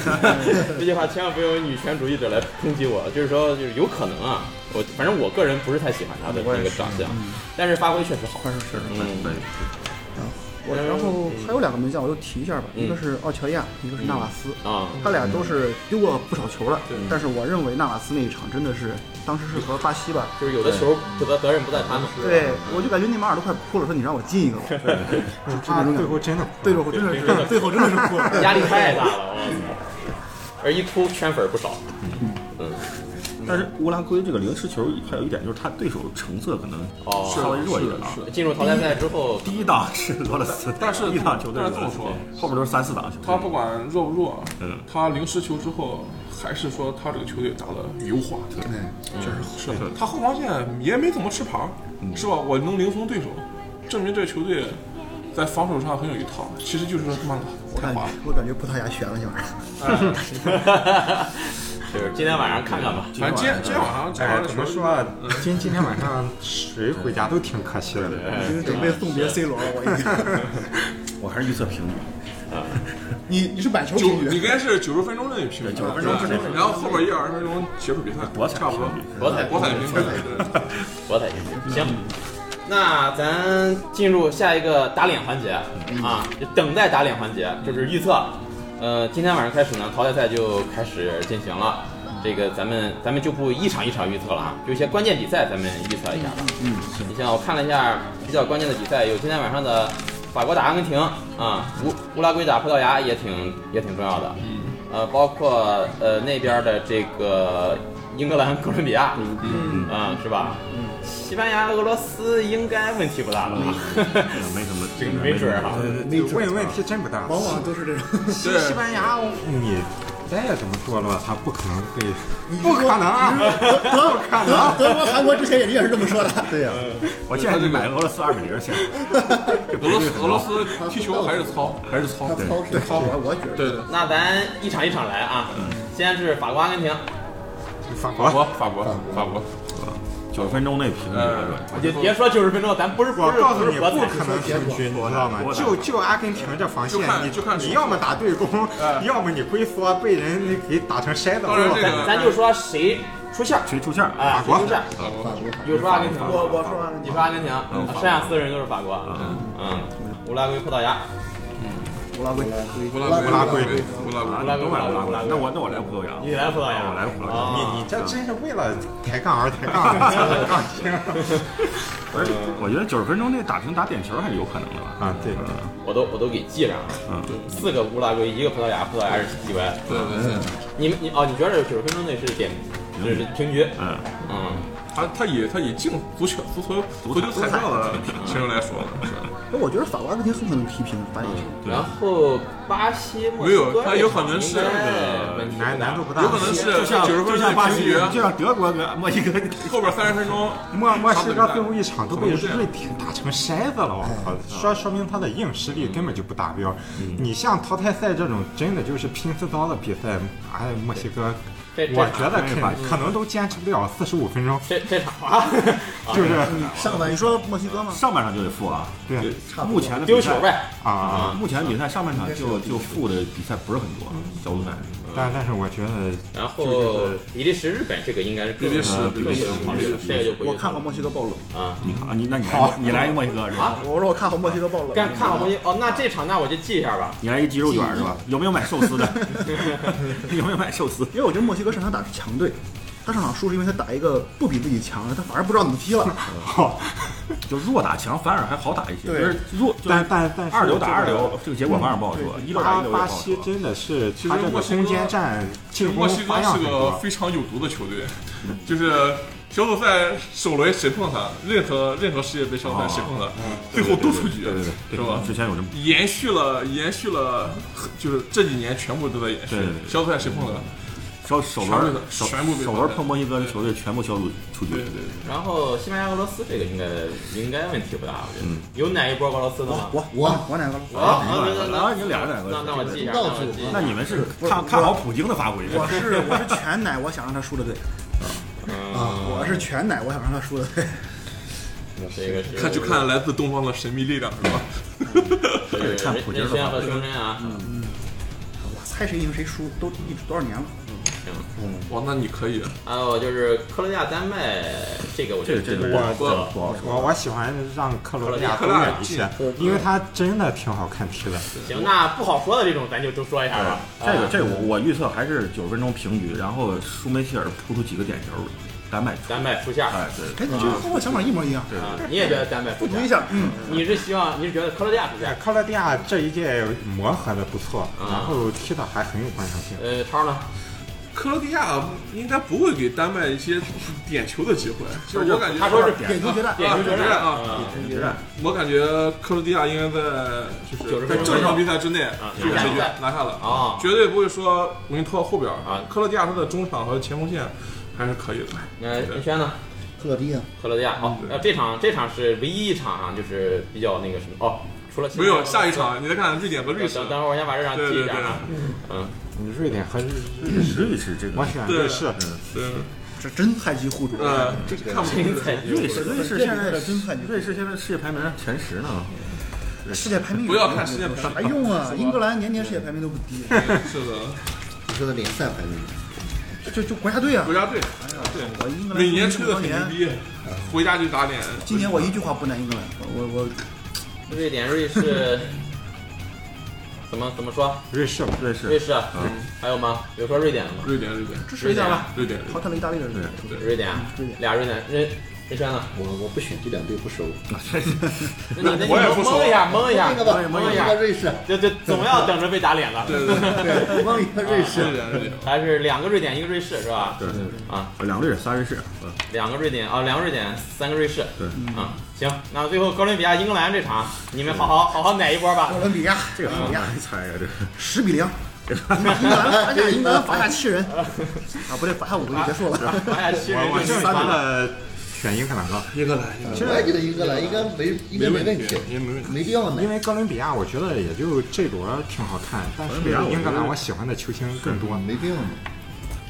S2: 这句话千万不要有女权主义者来抨击我，就是说就是有可能啊，我反正我个人不是太喜欢他的那个长相，但是发挥确实好，
S7: 反正是。
S2: 嗯，
S7: 我然后还有两个门将，我就提一下吧，
S2: 嗯
S7: 一个是奥乔亚，一个是纳瓦斯。
S2: 啊，
S7: 他俩都是丢过不少球了，但是我认为纳瓦斯那一场真的是，当时是和巴西吧，
S2: 就是有的球不责责任不在他们，
S7: 对我就感觉内马尔都快哭了，说你让我进 一个吧，就这
S5: 他
S7: 种
S5: 最
S7: 感
S5: 后
S7: 觉。
S5: 真的
S7: 对着我真的
S2: 对对
S7: 是，最后真的是哭了。
S2: 压力太大了，我操，而一哭圈粉不少，
S4: 但是乌拉圭这个零失球还有一点就是他对手成色可能
S2: 哦
S4: 稍微弱一点啊。
S6: 是
S2: 进入淘汰赛之后，
S4: 第一档是俄罗斯，
S6: 但是
S4: 第一档球队
S6: 但是这么说，
S4: 后面都是三四档球队。
S6: 他不管弱不弱，啊
S4: 嗯
S6: 他零失球之后，还是说他这个球队打的油滑，确实是
S4: 是
S6: 他后防线也没怎么吃牌儿，是吧？我能零封对手，证明这球队在防守上很有一套。其实就是说他妈的我太
S7: 感觉
S6: 滑了，
S7: 我感觉葡萄牙悬了，今晚上。
S2: 就是今天晚上看看吧。
S6: 反正今天今天晚上早
S5: 哎
S6: 上，
S5: 怎么说啊？今今天晚上谁回家都挺可惜的。
S7: 已经准备送别 C 罗了，我已经。
S4: 我还是预测平局。
S7: 你你是板球
S6: 九
S7: 平
S6: 你应
S7: 均，
S6: 该是九十分钟内平局，
S4: 对90分钟之内
S6: 然后后边一二十分钟结束比赛，
S4: 博彩
S6: 差不多
S4: 平局
S2: 博彩
S6: 博彩平局。对
S2: 博彩经济。行，那咱进入下一个打脸环节啊，就等待打脸环节，就是预测。呃，今天晚上开始呢，淘汰赛就开始进行了。这个咱们咱们就不一场一场预测了啊，就一些关键比赛咱们预测一下吧。嗯，你像我看了一下比较关键的比赛，有今天晚上的法国打阿根廷啊，乌乌拉圭打葡萄牙也挺也挺重要的。嗯，呃，包括呃那边的这个英格兰、哥伦比亚，嗯啊、是吧？西班牙、俄罗斯应该问题不大了吧？
S4: 没什么，
S2: 这个没准儿啊
S5: 呃，你问问题真不大。
S7: 往往都是 这种。
S5: 西西班牙，你再怎么堕落，他不可能被，不可能
S7: 你
S5: 啊！
S7: 是德德德国、韩国之前也也是这么说的。 对呀，
S4: 我建议你买俄罗斯二比零先。
S6: 俄罗斯俄罗斯踢球还是糙，还是糙。
S7: 他操是操我，我觉得。
S6: 对对，
S2: 那咱一场一场来啊，先是法国、阿根廷，
S5: 法
S6: 法
S5: 国，
S6: 国法国法国，
S4: 九十分钟内平局。
S6: 呃，
S2: 就别说九十分钟，咱不是不
S5: 我
S2: 是
S5: 告诉
S2: 不
S5: 你，
S2: 是博
S5: 不
S2: 彩，
S5: 可能平局，你知道吗
S4: 我？打
S5: 就就阿根廷这防线
S6: 就，看
S5: 你
S6: 就看
S5: 你
S6: 数
S5: 要么打对攻
S6: 哎，
S5: 要么你龟缩被人给打成筛子
S6: 当然
S5: 了
S6: 这。个
S2: 咱就说谁出线儿，
S4: 谁出线儿？
S2: 哎，
S4: 法
S2: 谁
S4: 国
S2: 出线儿？
S6: 法国
S3: 法国法
S2: 有
S3: 国
S2: 说阿根廷，
S7: 我我说完了，
S2: 你说阿根廷，剩下四个人都是法国，嗯，乌拉圭、葡萄牙，
S7: 乌拉圭，
S6: 乌拉圭，
S7: 乌拉圭，
S6: 乌拉
S4: 啊，
S6: 圭，
S4: 你都买乌拉圭，那我那我来葡萄牙，啊
S2: 你来葡萄牙
S4: 我来葡萄牙。
S2: 哦
S5: 你你这真是为了抬杠而抬杠，抬杠听
S4: 而且我觉得九十分钟内打平打点球还是有可能的吧？
S5: 啊！对，对
S2: 我都我都给记上了，
S4: 嗯，
S2: 四个乌拉圭，一个葡萄牙，葡萄牙是意外。
S6: 对对对，
S2: 你们你哦，你觉得九十分钟内是点，这是平局？
S4: 嗯，
S2: 嗯，
S6: 他他以他以净足球足球足球彩票的形容来说了，是
S7: 我觉得法国阿根廷很可能踢平八比球。
S4: 对
S2: 然后巴西
S6: 没有他有可能是
S5: 难难度不大，
S6: 有可能是
S4: 就像
S6: 九十分
S4: 就
S6: 钟
S4: 像巴
S6: 平
S4: 西
S6: 局，，
S4: 就像德国跟墨西哥，
S6: 后边三十分钟
S5: 墨墨西哥最后一场都被瑞典打成筛子了，我靠！
S6: 嗯
S5: 说说明他的硬实力根本就不达标。你像淘汰赛这种真的就是拼刺刀的比赛，哎，墨西哥，
S2: 这这
S5: 我觉得
S4: 这场
S5: 肯可能都坚持不了四十五分钟，
S2: 这这场啊，
S5: 就是
S7: 上半你说墨西哥吗？
S4: 上半场就得负啊。
S5: 对
S3: 差不多
S4: 目前的比
S2: 丢
S4: 赛
S2: 球呗。
S5: 啊。
S4: 啊，目前比赛上半场就就负的比赛不是很多，小组赛。
S5: 但但是我觉得
S2: 然后比利时、日本这个应该是
S6: 比利时
S2: 更
S6: 比利时
S2: 更考虑的，这个就不
S7: 我看好墨西哥爆冷。
S2: 啊。
S4: 你看啊，你那你来你来一个墨西哥是吧？
S7: 我说我看好墨西哥爆冷。
S2: 干看好东西哦，那这场那我就记一下吧。
S4: 你来一个鸡肉卷是吧？有没有买寿司的？有没有买寿司？
S7: 因为我觉得墨西哥上场打的是强队，他上场输是因为他打一个不比自己强的，他反而不知道怎么踢了。
S5: 好，
S4: 就弱打强反而还好打一些，就
S7: 对
S4: 是弱就是
S5: 但但但是
S4: 二流打
S5: 这个
S4: 二流，这个结果反而不好说，一流打
S5: 巴
S4: 一流也不
S5: 巴
S4: 好
S5: 西
S4: 说。
S5: 真的是，
S6: 实
S5: 他这
S6: 墨
S5: 个
S6: 西哥
S5: 攻坚战进
S6: 墨
S5: 攻
S6: 西
S5: 花
S6: 哥
S5: 样很
S6: 是个
S5: 多。
S6: 非常有毒的球队，就是小组赛首轮谁碰他，任何任何世界杯小组赛谁碰他，最后都出局，
S4: 对对对对，
S6: 是吧？
S4: 之前有这么
S6: 延续了，延续了，就是这几年全部都在延续
S4: 对对。对
S6: 小组赛谁碰他？
S4: 首首
S6: 全
S4: 轮
S6: 部
S4: 首
S6: 全部被
S4: 首
S6: 淘
S4: 轮
S6: 汰
S4: 碰墨西哥的球队全部小组出局
S6: 对，对对，
S2: 然后西班牙、俄罗斯这个应该应该问题不大，我觉得。
S6: 嗯
S2: 有哪一波俄罗斯的吗？
S7: 我我我哪个？
S2: 我啊，
S4: 啊你俩哪个
S2: 那那我记一下，那
S3: 告诉
S2: 我
S3: 我
S2: 记一
S4: 那
S2: 下。
S4: 你们是看看好普京的发挥是
S7: 我
S4: 吧？
S7: 是我是全奶，我想让他输的队。
S6: 啊
S2: 嗯，
S7: 我是全奶，我想让他输的队。
S2: 这个是
S6: 看就看来自东方的神秘力量是吧？
S2: 是
S4: 看普京嗯
S2: 任
S4: 的
S2: 轩
S4: 发
S2: 和
S4: 挥。
S2: 胸针啊，
S7: 我猜谁赢谁输都一直多少年了。
S6: 哇，那你可以，
S2: 还有就是克罗地亚、丹麦，这个我觉
S4: 这
S2: 得
S4: 个这
S2: 个
S4: 个
S5: 我
S4: 不好说。
S5: 我我喜欢让克罗地亚多远一些，啊因为他真的挺好看踢的。
S2: 行，那不好说的这种咱就都说一下吧。啊
S4: 这个这个我我预测还是九十分钟平局，然后舒梅切尔扑出几个点球，丹麦出。
S2: 丹麦出线儿，
S4: 哎，对，
S7: 哎，你这个和我想法一模一样。
S2: 啊，你也觉得丹麦出
S7: 不
S2: 线
S7: 读
S2: 儿
S7: 一？下，嗯，
S2: 你是希望你是觉得克罗地亚出线
S5: 哎
S2: 儿？
S5: 克罗地亚这一届磨合的不错，然后踢的还很有观赏性。
S2: 呃，超呢？
S6: 克罗地亚应该不会给丹麦一些点球的机会，就是我感觉
S2: 他说是
S7: 点球决战。
S2: 点球决战
S6: 啊
S2: 啊，
S6: 我感觉克罗地亚应该在就
S2: 90
S6: 是
S2: 分
S6: 在
S2: 钟
S6: 正常比赛之内就把这局拿下了
S2: 啊
S6: 绝对不会说我给你拖到后边儿
S2: 啊
S6: 克罗地亚他的中场和前锋线还是可以的，
S2: 那
S6: 对
S2: 任呃轩呢？
S3: 克罗地啊亚，
S2: 克罗地亚哦，
S5: 嗯
S2: 呃，这场这场是唯一一场啊，就是比较那个什么哦，除了
S6: 没有下一。场你再看瑞典和瑞
S2: 等
S6: 士，
S2: 等等会儿，我先把这场
S6: 对
S2: 记
S6: 对
S2: 一下
S6: 对
S2: 啊。嗯，
S5: 瑞典和日
S4: 瑞士这
S5: 我
S4: 个。嗯
S5: 选
S6: 对
S5: 瑞士，
S6: 对，
S7: 这真太极互助。
S6: 呃，
S7: 这
S6: 个看不
S2: 精彩绝伦
S4: 瑞士，瑞士现在
S7: 这比赛真看
S4: 瑞士现在世界排名前十呢，
S7: 世界排名
S6: 不要看世界排名
S7: 有啥用啊？英格兰年年世界排名都不低，
S6: 是的，
S3: 你说的联赛排名，
S7: 就就国家队啊
S6: 国。家队
S7: 我英格兰
S6: 每年吹
S7: 吹
S6: 的
S7: 的
S6: 很
S7: 年
S6: 牛，逼，回家就打脸。
S7: 今年我一句话不难英格兰，我我我
S2: 嗯瑞典、瑞士，怎么怎么说？
S5: 瑞士吧
S4: 瑞
S2: 瑞
S4: 士
S2: 士，啊
S5: 嗯
S2: 嗯还有吗？有说瑞典的吗？
S6: 瑞典，瑞典，
S7: 支持一下吧。
S6: 瑞典，
S7: 淘汰了意大利人，
S2: 瑞典啊
S7: 瑞，典
S2: 俩瑞典，任任轩呢？
S3: 我我不选这两队不熟。
S2: 那你那你
S6: 我也不熟
S2: 蒙一下，蒙一下
S3: 那个，吧，
S2: 蒙一
S3: 一
S2: 下
S3: 个，瑞士，
S2: 就就总要等着被打脸了。
S6: 对对对，
S3: 对，蒙一个瑞
S6: 瑞
S3: 士，
S6: 典，瑞典，
S2: 还是两个瑞典，一个瑞士是吧？
S4: 对，
S2: 啊，
S4: 两个瑞士，仨瑞士，嗯
S2: 两个瑞典啊，两个瑞典，三个瑞士。
S4: 对，
S2: 啊，行，那最后哥伦比亚、英格兰这场，你们好好好好奶一波吧
S7: 哥。伦比亚
S4: 这个好难猜呀，这个
S7: 十比零，英格兰 罚下英格兰罚下七人，啊不对，罚下五个就结束
S6: 啊
S7: 了。
S2: 哎呀，七人
S5: 我我
S2: 就
S5: 就
S2: 是
S5: 觉
S2: 完了。
S5: 得选英格兰吧，
S6: 英格兰，英格
S3: 我还觉得英格兰应该没应该没问题，
S6: 应该没问题
S3: 没必要
S5: 因
S3: 呢。
S5: 为哥伦比亚我觉得也就这轮挺好看，但是
S4: 伦比亚我觉得
S5: 英格兰我喜欢的球星更多。
S3: 没必要呢，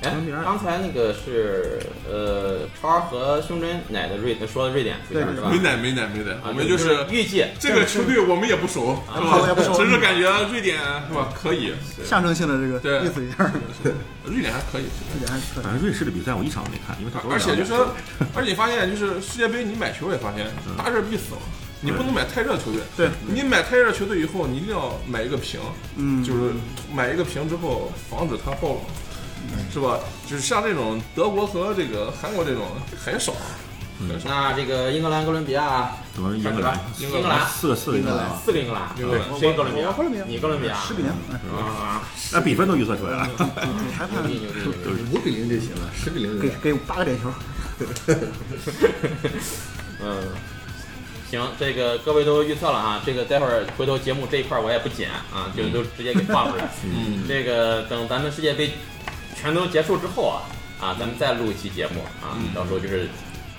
S2: 哎
S4: 零比二，
S2: 刚才那个是呃，超儿和胸针奶的瑞呃说的瑞典不一样是吧
S6: 没？奶没奶没奶，
S2: 啊
S6: 我们
S2: 就是预计
S6: 这个球队我们也不熟，是吧
S7: 啊我也不熟嗯
S6: 只是感觉瑞典是吧可以，
S7: 象征性的这个
S6: 对
S7: 意思一下，
S6: 对瑞典还可以。
S7: 这点还可以。
S4: 反正瑞士的比赛我一场都没看，因为他
S6: 而且就说，而且你发现就是世界杯，你买球也发现大热必死了。你不能买太热的球队，
S7: 嗯对
S6: 你买太热球队以后，你一定要买一个平，
S7: 嗯
S6: 就是买一个平之后防止它爆冷，
S7: 嗯
S6: 是吧？就是像这种德国和这个韩国这种很少，很少。
S2: 那这个英格兰、哥伦比亚、
S4: 怎么英格兰，
S2: 英格兰
S4: 四个四个英格兰，
S2: 四个英格兰，
S6: 英格兰
S2: 谁哥伦比
S7: 我
S2: 亚？
S7: 哥伦比亚
S2: 你哥伦比亚，
S7: 十比零，哎
S2: 啊，
S4: 那比分都预测出来了。
S7: 裁判
S2: 牛逼牛逼牛逼！
S3: 五比零就行了，十比零有
S7: 给
S3: 点
S7: 给八个点球，
S2: 嗯，行，这个各位都预测了啊，这个待会儿回头节目这一块儿我也不剪啊，
S4: 嗯
S2: 就都直接给放出来。嗯，这个等咱们世界杯全都结束之后啊，啊，咱们再录一期节目啊，
S4: 嗯
S2: 到时候就是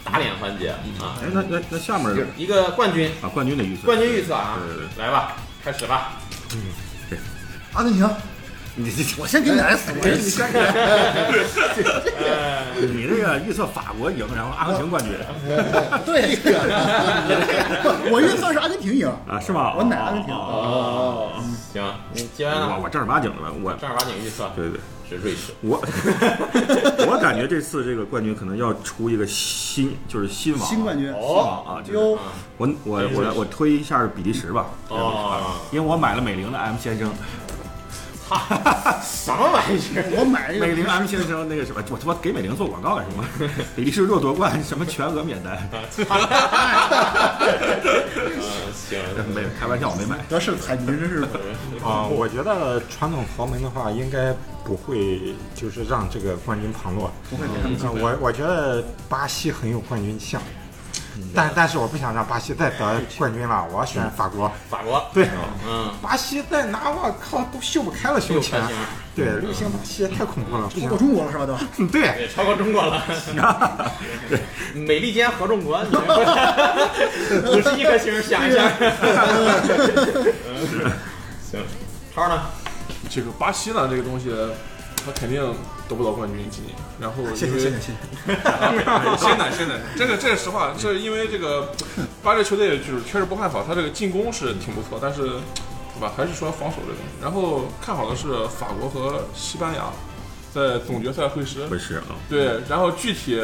S2: 打脸环节啊，
S4: 哎，那那那下面儿
S2: 一个冠军，
S4: 啊，冠军的预测，
S2: 冠军预测啊
S4: 对对，
S2: 来吧，开始吧。
S7: 阿根廷，
S4: 你这
S7: 我先给你来死，我先给你先给你
S4: 你这个预测法国赢，然后阿根廷冠军
S7: 对， 我我预测是阿根廷赢，
S4: 啊，是吗？
S7: 我奶阿根廷
S2: 哦，行，你接完
S4: 我
S2: 了，
S4: 我正儿八经的吧，我
S2: 正儿八经预测
S4: 对对，
S2: 是瑞士。
S4: 我我感觉这次这个冠军可能要出一个新，就是新王
S7: 新冠军，
S2: 哦
S4: 啊，就是
S7: 哟，
S4: 我我我我推一下比利时吧，
S2: 哦，
S4: 因为我买了美菱的 M 先生，
S2: 什么玩意儿？
S7: 我买这
S4: 美
S7: 个
S4: 菱 M 先生那个什么，我他妈给美菱做广告干什么？ 比利时若夺冠，什么全额免单？
S6: 啊
S2: 嗯，行，
S4: 没有开玩笑，我没买。
S7: 德式彩民真是
S5: 啊、我觉得传统豪门的话，应该不会就是让这个冠军旁落。
S7: 不会给他们
S5: 啊我我觉得巴西很有冠军相，但但是我不想让巴西再得冠军了，我要选法国。
S2: 法国。
S5: 对，
S2: 嗯，
S5: 巴西再拿，我靠，都秀不开了，秀起
S2: 秀
S5: 来
S2: 不开。
S5: 对，六星巴西太恐怖了，不
S7: 超
S5: 行。
S7: 过中国了是吧？对吧？
S5: 嗯对，
S2: 对，超过中国了。美利坚合众国，你这五十一颗星，想一下。行，超呢？
S6: 这个巴西呢，这个东西，他肯定得不到冠军今年。然后
S7: 啊谢
S6: 因
S7: 谢
S6: 为
S7: 谢谢谢谢，
S6: 先 奶先奶，这个这是实话，这因为这个巴黎球队就是确实不看好，他这个进攻是挺不错，但是对吧，还是说防守这个。然后看好的是法国和西班牙在总决赛会师，
S4: 不是啊，
S6: 对，然后具体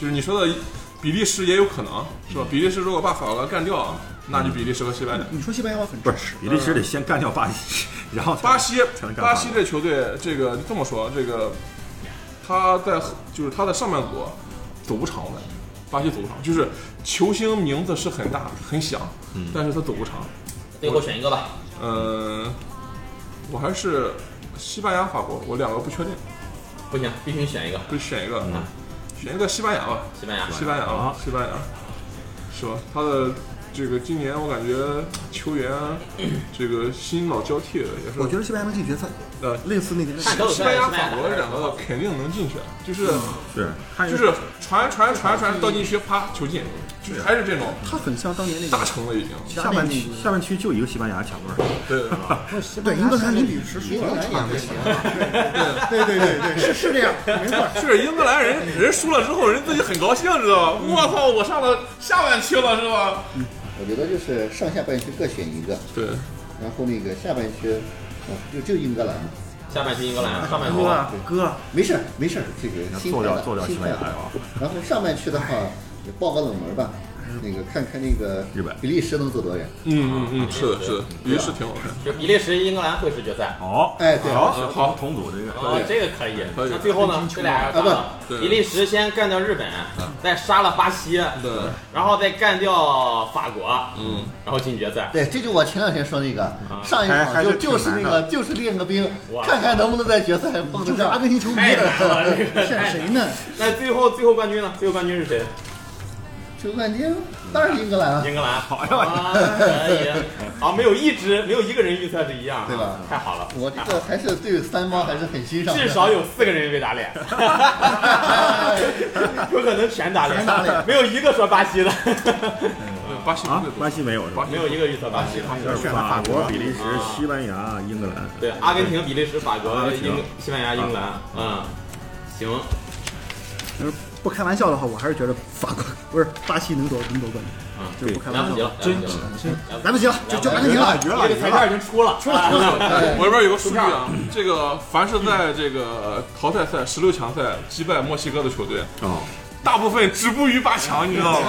S6: 就是你说的比利时也有可能是吧？比利时如果把法国干掉，那就比利时和西班牙。
S7: 你说西班牙我很
S4: 不是比利时得先干掉巴西，然后才
S6: 巴西
S4: 才能，干
S6: 巴西这球队，这个这么说，这个他在就是他的上半组走不长的，巴西走不长，就是球星名字是很大很响，
S4: 嗯
S6: 但是他走不长。
S2: 最后选一个吧。
S6: 嗯，我还是西班牙、法国，我两个不确定，
S2: 不行，必须选一个。
S6: 就选一个，
S4: 嗯
S6: 选一个西班牙吧，
S2: 西班牙。
S6: 西班牙吧，西班牙，是吧？他的。这个今年我感觉 球员这个新老交替也是，
S7: 我觉得西班牙能进决赛，
S6: 呃
S7: 类似那年的
S2: 看都有
S6: 西班牙、
S2: 西班牙
S6: 法国两个肯定能进去，就是
S4: 是，他
S6: 就是传传传传到禁区，啪球进，就是啊还是这种
S7: 他很像当年那
S6: 大
S7: 个
S6: 成了已经。
S4: 下半区下半区就一个西班牙抢冠，
S6: 对对对
S7: 对英格兰零比十输了，对对对对，是是这样，没错。
S6: 就是英格兰人人输了之后，人自己很高兴，知道吧？我操，我上了下半区了，是吧？
S3: 我觉得就是上下半区各选一个，
S6: 对，
S3: 然后那个下半区，啊就就英格兰嘛，
S2: 下半区英格兰，上半区。
S4: 啊
S7: 哥哥，
S3: 没事儿没事儿，这个心
S4: 做
S3: 态
S4: 掉
S3: 了
S4: 做掉西
S3: 心
S4: 班
S3: 态
S4: 牙
S3: 了。
S4: 啊，
S3: 然后上半区的话，也报个冷门吧，那个看看那个
S4: 日本
S3: 比利时能走多远？
S6: 嗯嗯嗯，是的，是的，也是挺好看。
S2: 就比利时、英格兰会师决赛。
S4: 好，
S3: 哎对
S4: 好
S6: 嗯
S4: 好啊同组这个
S2: 哦，这个可以。啊
S6: 可以
S2: 那最后呢？这俩人打了
S6: 不对啊
S2: 比利时先干掉日本，再杀了巴西，
S6: 对，啊
S2: 然后再干掉法国，嗯，然后进决赛。
S3: 对，这就我前两天说那个，
S4: 啊
S3: 上一
S5: 还还
S3: 场就
S5: 是挺
S3: 就是那
S5: 难
S3: 个就是练个兵
S2: 哇，
S3: 看看能不能在决赛碰
S7: 就
S3: 得
S7: 是阿
S3: 上。
S7: 根廷球迷
S2: 太难了，这 个
S7: 选谁呢？
S2: 那最后最后冠军呢？最后冠军是谁？
S3: 球冠军当然是 英格兰了，
S2: 英格兰。
S4: 好
S2: 啊，可以。啊，没有一支，没有一个人预测是一样啊，
S3: 对吧
S2: 太好了，啊
S3: 我这个还是对三猫还是很欣赏的。
S2: 至少有四个人被打脸，有可能全打脸，
S3: 全打脸
S2: 没有一个说巴西的，
S6: 巴西
S4: 啊
S6: 队，
S4: 巴西没有是吧？
S2: 没有一个预测巴西的。
S4: 选了法国、嗯比利时、西班牙、英格兰。
S2: 对，阿根廷、比利时、法国、
S4: 阿根廷
S2: 英、西班牙、英格兰，嗯，行，
S7: 就是不开玩笑的话，我还是觉得法国不是巴西能夺能夺冠军，就是不开
S2: 来
S7: 玩
S2: 不及
S7: 笑
S2: 了，，来不及了，
S7: 来不及了，就就阿根廷啊了，
S2: 这个彩票已经出了，出了，出 了，
S6: 我这边有个数据啊， 这个凡是在这个淘汰赛十六强赛击败墨西哥的球队，
S4: 哦，
S6: 大部分止步于八强，你知道 吗？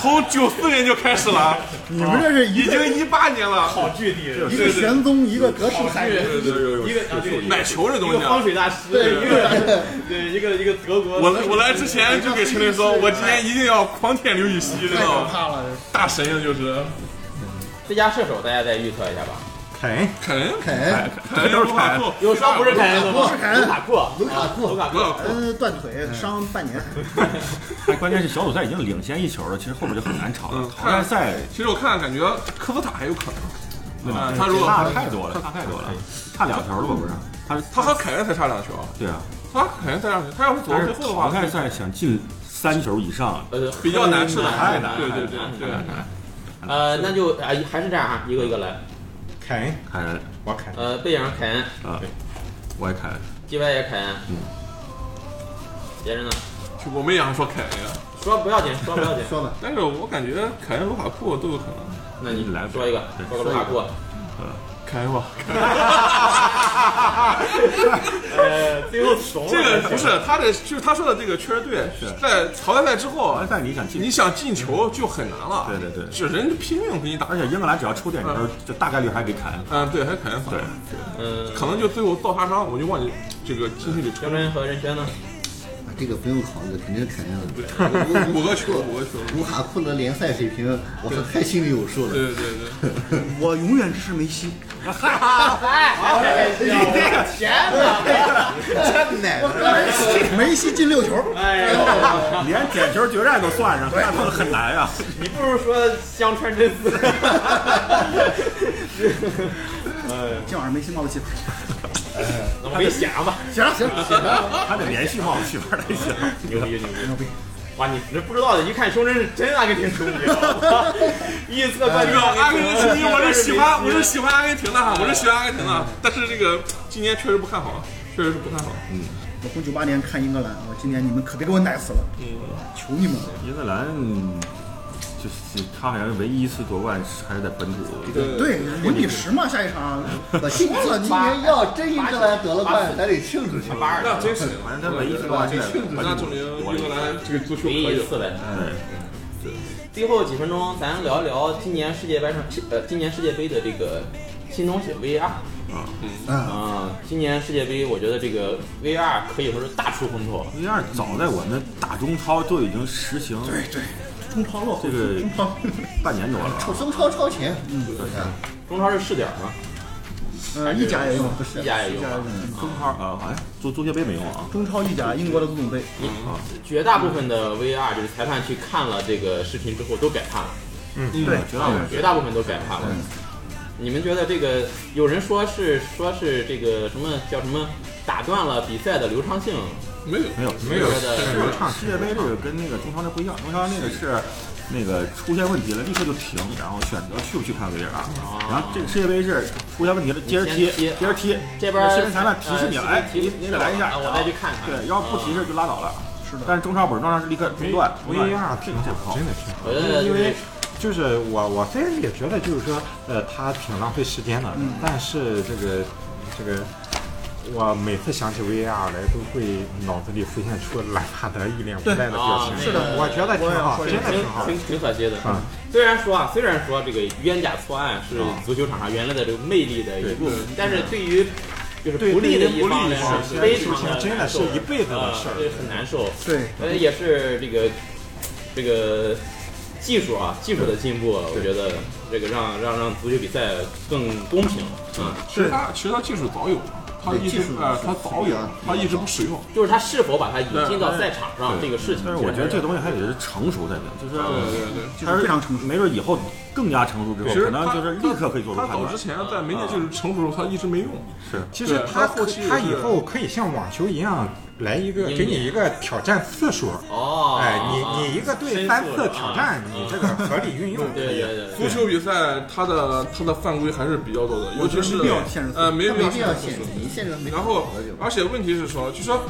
S6: 从九四年就开始了，
S7: 你们这是一
S6: 已
S7: 个
S6: 经一八年了，好
S2: 距离，
S7: 一个玄宗，一个格式海人，
S6: 对对对，
S2: 一个啊 对，
S6: 奶球这东
S2: 一
S6: 西
S2: 个
S6: 啊
S2: 防。水大师，对一个对一个一个德国，
S6: 我来我来之前就给陈林说，我今天一定要狂舔刘禹锡，知
S7: 太
S6: 道
S7: 可
S6: 吗？
S7: 怕了，
S6: 大神呀，就是
S2: 最佳射手，大家再预测一下吧。
S5: 凯恩
S6: 凯恩，
S7: 凯恩，
S6: 凯恩
S4: 都是凯
S6: 凯
S4: 恩
S6: 恩，
S2: 有说不是凯恩的吗？
S7: 不是凯恩
S2: 卢卡库，
S7: 卢卡库
S2: 卢卡库
S6: 不，要
S7: 呃，断腿伤半年，
S4: 哎，关键是小组赛已经领先一球了，其实后边就很难吵了。
S6: 嗯
S4: 淘汰赛
S6: 其实我看感觉科斯塔还有可能，
S4: 对
S6: 嗯
S4: 吧？
S6: 他如果
S4: 差太多了，差太多了，差两球了吧？不是，他
S6: 他和凯恩才差两球，
S4: 对啊，
S6: 他和凯恩才差两球，他要是走
S4: 但
S6: 到
S4: 是
S6: 最后的
S4: 淘
S6: 话，
S4: 汰赛想进三球以上，
S2: 呃，
S6: 比较难吃的，
S4: 太难
S6: 嗯对对
S4: 太难
S6: 对对
S4: 太。难
S2: 呃，那就啊还是这样啊，一个一个来。
S5: 凯恩，
S4: 凯恩
S5: 我凯恩，
S2: 呃，贝扬凯恩
S4: 啊，我也凯恩，
S2: ，G Y 也凯恩，
S4: 嗯，
S2: 别人呢？
S6: 就我们也想说凯恩，啊
S2: 说不要紧，说不要紧，
S7: 说吧，
S6: 但是我感觉凯恩、卢卡库都有可能，
S2: 那你
S4: 来
S2: 说一个，
S4: 对
S2: 说个卢卡库。
S6: 凯 恩吧。哎
S2: 呃，最后怂
S6: 这个不是他的，就是他说的这个确实对，在淘汰赛之后啊
S4: 淘汰，赛你想进
S6: 你。想进球就很难了。
S4: 对对对
S6: 就人拼命给你打
S4: 而。且英格兰只要抽点球，
S7: 嗯
S4: 就大概率还给凯恩。
S6: 嗯，对，还凯恩对，
S2: 嗯，
S6: 可能就最后造杀伤，我就忘记这个禁区里
S2: 姚
S6: 抽
S2: 晨和任轩呢？
S3: 啊这个不用考虑，肯定是凯恩。
S6: 五个球，五个球。
S3: 卢卡库的联赛水平，我是太心里有数了。
S6: 对对对，
S7: 我永远支持梅西，
S3: 真奶奶，
S7: 梅西进六球，
S2: 哎呦，
S4: 连点球决战都算上，那都很难啊。
S2: 你不如说香川真司。
S7: 今晚上梅西冒个气泡，
S2: 那我给你写上吧，
S7: 行了行了，
S4: 还得连续冒个气泡才行。
S2: 牛逼牛逼牛逼！哇，你这不知道的，一看胸针是真阿根廷球迷啊，预测冠
S6: 这
S2: 军
S6: 个哎阿根
S2: 球迷
S6: 廷球迷，我是喜欢，我是喜欢阿根廷的哈，我是喜欢阿根廷的，但是这个今年确实不看好，确实是不看好。
S7: 我从九八年看英格兰，我今年你们可别给我奶死了，求你们了，
S4: 英格兰就是他好像唯一一次夺冠还是在本土。
S7: 对，零比十嘛，下一场，啊
S3: 我希望了，今年要真英格兰得了冠，咱得庆祝庆祝。
S6: 那真是，
S4: 好像他唯一一次夺冠是在本
S6: 那证明
S4: 土。
S6: 英格兰这个足球可
S2: 唯一
S6: 以
S2: 一。次呗。
S4: 对，
S2: 最后几分钟，咱聊一聊今年世界杯上，呃，今年世界杯的这个新东西 VR 啊
S7: 啊，
S2: 今年世界杯，我觉得这个 VR 可以说是大出风头。
S4: 因为二早在我们大中超就已经实行
S7: 对对，中超落后，
S4: 这个
S7: 中超，
S4: 半年多了啊。
S3: 我中超超前，嗯，
S2: 中超是试点儿吗？
S7: 呃，意甲也用，不是
S2: 意甲也用
S7: 意甲
S2: 啊，
S4: 中超啊，好像足足协杯没用啊。
S7: 中超意甲，英国的足总杯，
S2: 绝大部分的 VR 就是裁判去看了这个视频之后都改判了，啊
S7: 对，嗯
S4: 绝大部分
S2: 绝大部分都改判了。你们觉得这个有人说是说是这个什么叫什么打断了比赛的流畅性？
S6: 没有
S4: 没有
S6: 没有
S2: 觉得
S6: 是
S4: 就是世界杯这个跟那个中超那不一样，中超那个是那个出现问题了立刻就停，然后选择去不去看 VR，然
S2: 哦
S4: 后这个世界杯是出现问题了接着踢，接着踢，
S2: 这边
S4: 视频裁判提示你了，
S2: 呃
S4: 哎，
S2: 提
S4: 你
S2: 示
S4: 你得来一下，
S2: 啊我再去看看
S4: 对，要不提示就拉倒了。
S5: 嗯
S7: 是的
S4: 但是中超不是，中超是立刻中断，中断
S5: VR
S4: 这
S5: 挺
S4: 个这不
S5: 好，哎
S4: 好
S5: 真。的挺好。
S2: 我觉得就
S5: 因
S2: 是
S5: 为就是我我虽然也觉得就是说，呃，它挺浪费时间的，
S2: 嗯
S5: 但是这个这个。我每次想起 VR 来，都会脑子里浮现出兰帕德一脸无奈的表
S2: 啊
S5: 情。
S2: 是的
S5: 我觉得挺好，真的
S2: 挺
S5: 挺好。
S2: 挺挺可惜的
S5: 嗯。
S2: 虽然说啊，虽然说这个冤假错案是足球场上原来的这个魅力的一部分，但是对于就是
S5: 对
S2: 不利的
S5: 对于
S2: 一
S5: 不利
S2: 方
S5: 一
S2: 来
S5: 方
S2: 说，
S5: 是
S2: 非常
S5: 是
S2: 的
S5: 真的是一辈子的事儿
S2: 对，很难受。
S7: 对，
S2: 呃，也是这个这个技术啊，技术的进步，我觉得这个让让让足球比赛更公平。嗯，
S6: 其实他其实他技术早有，他
S3: 对
S6: 一直
S3: 技术
S6: 呃他早有，他一直不使用。
S2: 就是他是否把它引进到赛场上
S4: 对
S2: 这个事情，
S4: 但是我觉得这
S2: 都
S4: 东西还得是成熟才行，就是
S6: 对对对，
S7: 就是非常成熟，
S4: 没准以后更加成熟之后，
S6: 其实
S4: 可能
S6: 他
S4: 就是立刻可以做出
S6: 他
S4: 判
S6: 早
S4: 断
S6: 之。前在媒介技术成熟的时候，他一直没用。
S4: 是，
S5: 其实
S6: 对
S5: 他
S6: 他后期也
S5: 他
S6: 是
S5: 以后可以像网球一样来一个
S2: 赢
S5: 给你
S2: 你
S5: 一个挑战次数。
S2: 哦，
S5: 哎，你你一个队
S2: 深
S5: 三
S2: 度
S5: 次
S2: 的
S5: 挑
S2: 啊
S5: 战，你这个合理运用可
S2: 对
S5: 以
S2: 对。对对，
S6: 足球比赛，他的他的犯规还是比较多的，尤其是
S7: 没必要限制次数
S6: 呃，没
S3: 他没必
S6: 必
S3: 要
S6: 要
S3: 限制
S6: 限制次数，
S3: 你限制没
S6: 然后
S3: 了就，
S6: 而且问题是说，就说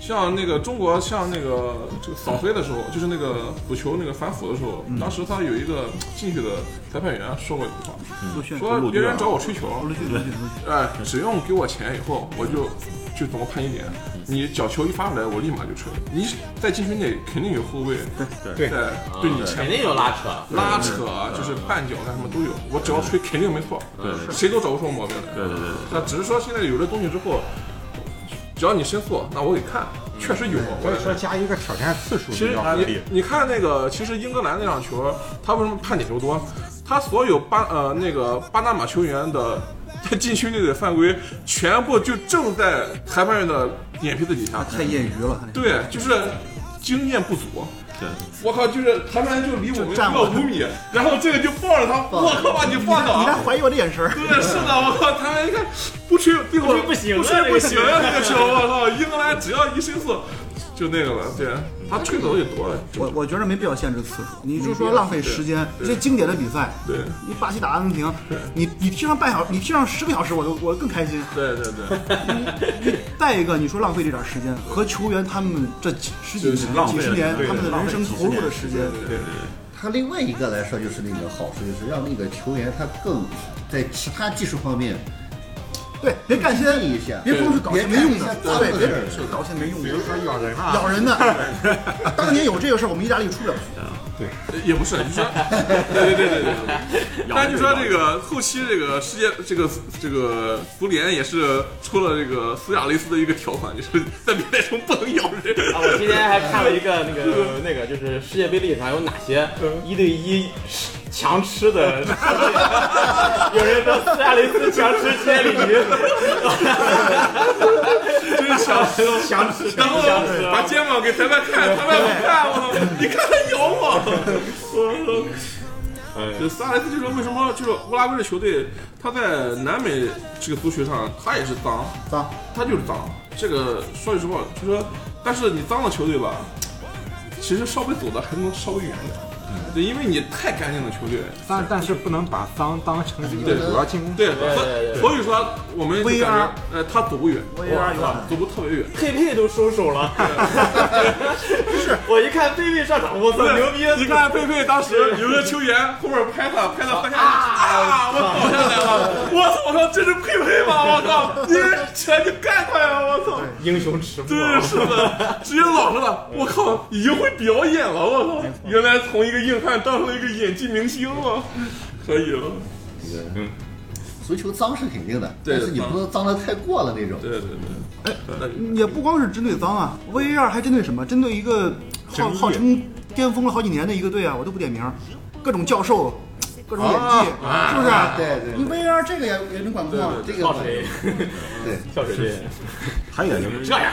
S6: 像那个中国，像那个这个扫黑的时候，就是那个补球那个反腐的时候，当时他有一个进去的裁判员说过一句话，
S7: 陆逊，
S6: 说
S4: 陆
S6: 别
S4: 队
S6: 人
S4: 啊
S6: 找我吹球，
S7: 陆逊，陆逊，陆逊，
S6: 哎，只用给我钱以后，我就就怎么判一点，
S4: 嗯
S6: 你角球一发出来，我立马就吹。你在禁区内肯定有后卫，
S5: 对
S6: 哎
S4: 嗯
S6: 对你前
S2: 肯定有拉扯，
S6: 拉扯啊，就是绊脚干什么都有，我只要吹肯定没错，
S4: 嗯对对
S6: 谁都找不出毛病来。
S4: 对对对对，
S6: 那只是说现在有了东西之后，只要你申诉，那我给看，确实有，我
S5: 所
S6: 也
S5: 以说
S6: 说。
S5: 加一个挑战次数
S6: 其
S5: 比
S6: 实
S5: 较合理
S6: 你。你看那个，其实英格兰那场球，他为什么判点球多？他所有巴呃那个巴拿马球员的 在禁区内的犯规，全部就正在裁判员的眼皮子底下。
S7: 太业余了，他那个
S6: 对，就是经验不足。
S4: 对，
S6: 我靠，就是裁判员就离我们不
S7: 就站
S6: 到
S7: 我
S6: 五米，然后这个就抱着他，我靠，把你放倒
S7: 你
S6: 啊
S7: 在！怀疑我的眼神儿。
S6: 对，是的，我靠，他们一看不吹，最后
S2: 不行了
S6: 不吹不行啊，
S2: 这
S6: 这个球，我操，英格兰只要一申诉，就那个了，对，他吹走也多了，
S7: 我我觉得没必要限制次数，你就说浪费时间。这经典的比赛，
S6: 对
S7: 你巴西打阿根廷，你你踢上半小时，你踢上十个小时，我都我更开心。
S6: 对对对，
S7: 再一个，你说浪费这点时间，和球员他们这几十几
S6: 对
S7: 年、
S6: 浪
S7: 几
S6: 费
S7: 十
S6: 了
S7: 年
S6: 对
S7: 他们的
S4: 浪
S7: 人
S4: 费
S7: 生
S4: 几十
S7: 投入的
S4: 年
S7: 时间，
S3: 他另外一个来说就是那个好处，就是让那个球员他更在其他技术方面
S7: 对，别干些
S3: 注意一下
S7: 别光是搞些没用
S3: 别
S7: 的
S3: 干，一些
S7: 对，
S3: 脏
S7: 别
S3: 事儿
S7: 搞些没用的，
S5: 说咬人啊，
S7: 咬人的。当年有这个事儿，我们意大利出不了。
S6: 也不是，你 说，对对对对对，但就说这个后期这个世界这个这个足联也是出了这个苏亚雷斯的一个条款，就是 在比赛中不能咬人，
S2: 啊，我今天还看了一个那个那个，就是世界杯历史上有哪些一对一强吃的， 有人说斯亚雷斯强吃切里鱼，
S6: 真是想死。
S2: 强吃
S6: 然后
S2: 强吃，
S6: 把肩膀给裁判看，裁判不看我， 你看他咬我， 我
S2: 哎
S6: 操！就萨莱斯就说为什么就是乌拉圭的球队，他在南美这个足球上，他也是脏，
S7: 脏，
S6: 他就是脏。这个说句实话，就说，但是你脏的球队吧，其实稍微走的还能稍微远一点。对，因为你太干净的球队，
S5: 但但是不能把脏当成一个主要进攻。
S6: 对，
S2: 对对对
S6: 所所以说我们就
S7: VR
S6: 感觉，呃，他走不远，
S7: VR
S6: 哇走不特别远。
S2: 佩佩都收手了，是我一看佩佩上场，我操牛逼！
S6: 你看佩佩当时有个球员后面拍他，拍他翻下来啊，我倒下来了，我操！我说这是佩佩吗？我靠！你起来就干他呀！我操！
S2: 英雄迟暮
S6: 真是的，直接老实了。我靠，已经会表演了，我操！原来从一个硬汉当成了一个演技明星啊，可以了。
S3: 足球脏是肯定的，
S6: 对
S3: 但是你不能脏的太过了那种。
S6: 对对对，
S7: 也不光是针对脏啊，VAR 还针对什么？针对一个号
S5: 争议
S7: 号称巅峰了好几年的一个队啊，我都不点名儿，各种教授，各种演技，是不是？
S3: 对对，
S7: 你
S3: 你
S7: VR 这个也也能管控啊。
S3: 这
S2: 跳
S3: 个
S2: 水，
S3: 对，
S2: 跳水队，
S4: 还有一点就是，
S2: 这样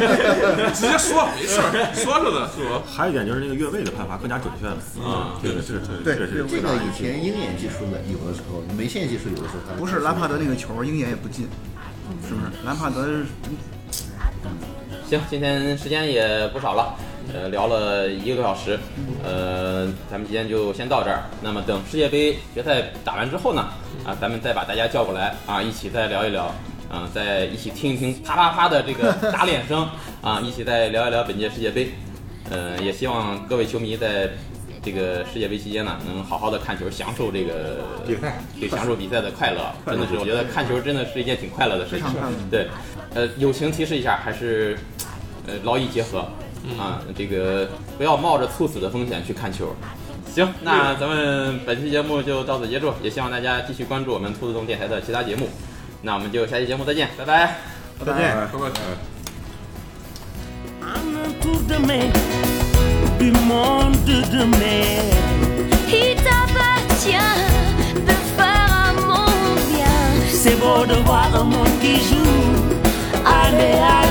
S6: 直接说没事儿，说着呢，是吧？
S4: 还有一点就是那个越位的判罚更加准确了。啊，对对对
S3: 对
S4: 这是
S3: 这个以前鹰眼技术的有的时候，梅线技术有的时候它
S7: 不是兰帕德那个球，鹰眼也不进，是不是？兰帕德是
S2: 行，今天时间也不少了，呃，聊了一个多小时，呃，咱们今天就先到这儿。那么等世界杯决赛打完之后呢，啊，咱们再把大家叫过来啊，一起再聊一聊，啊，再一起听一听啪啪啪的这个打脸声啊，一起再聊一聊本届世界杯。呃，也希望各位球迷在这个世界杯期间呢，能好好的看球，享受这个
S5: 比赛，
S2: 对，享受比赛的快乐。真的是，我觉得看球真的是一件挺快乐的事情
S7: 非常快乐。
S2: 对，呃，友情提示一下，还是呃劳逸结合啊，这个不要冒着猝死的风险去看球。行，那咱们本期节目就到此结束，也希望大家继续关注我们兔子洞电台的其他节目。那我们就下期节目再见，拜拜。
S5: 再见。
S6: 哎
S8: amantur demain, du monde de demain.
S9: Il t'appartient de faire un monde bien.
S8: C'est beau de voir un monde qui joue. Allez, allez.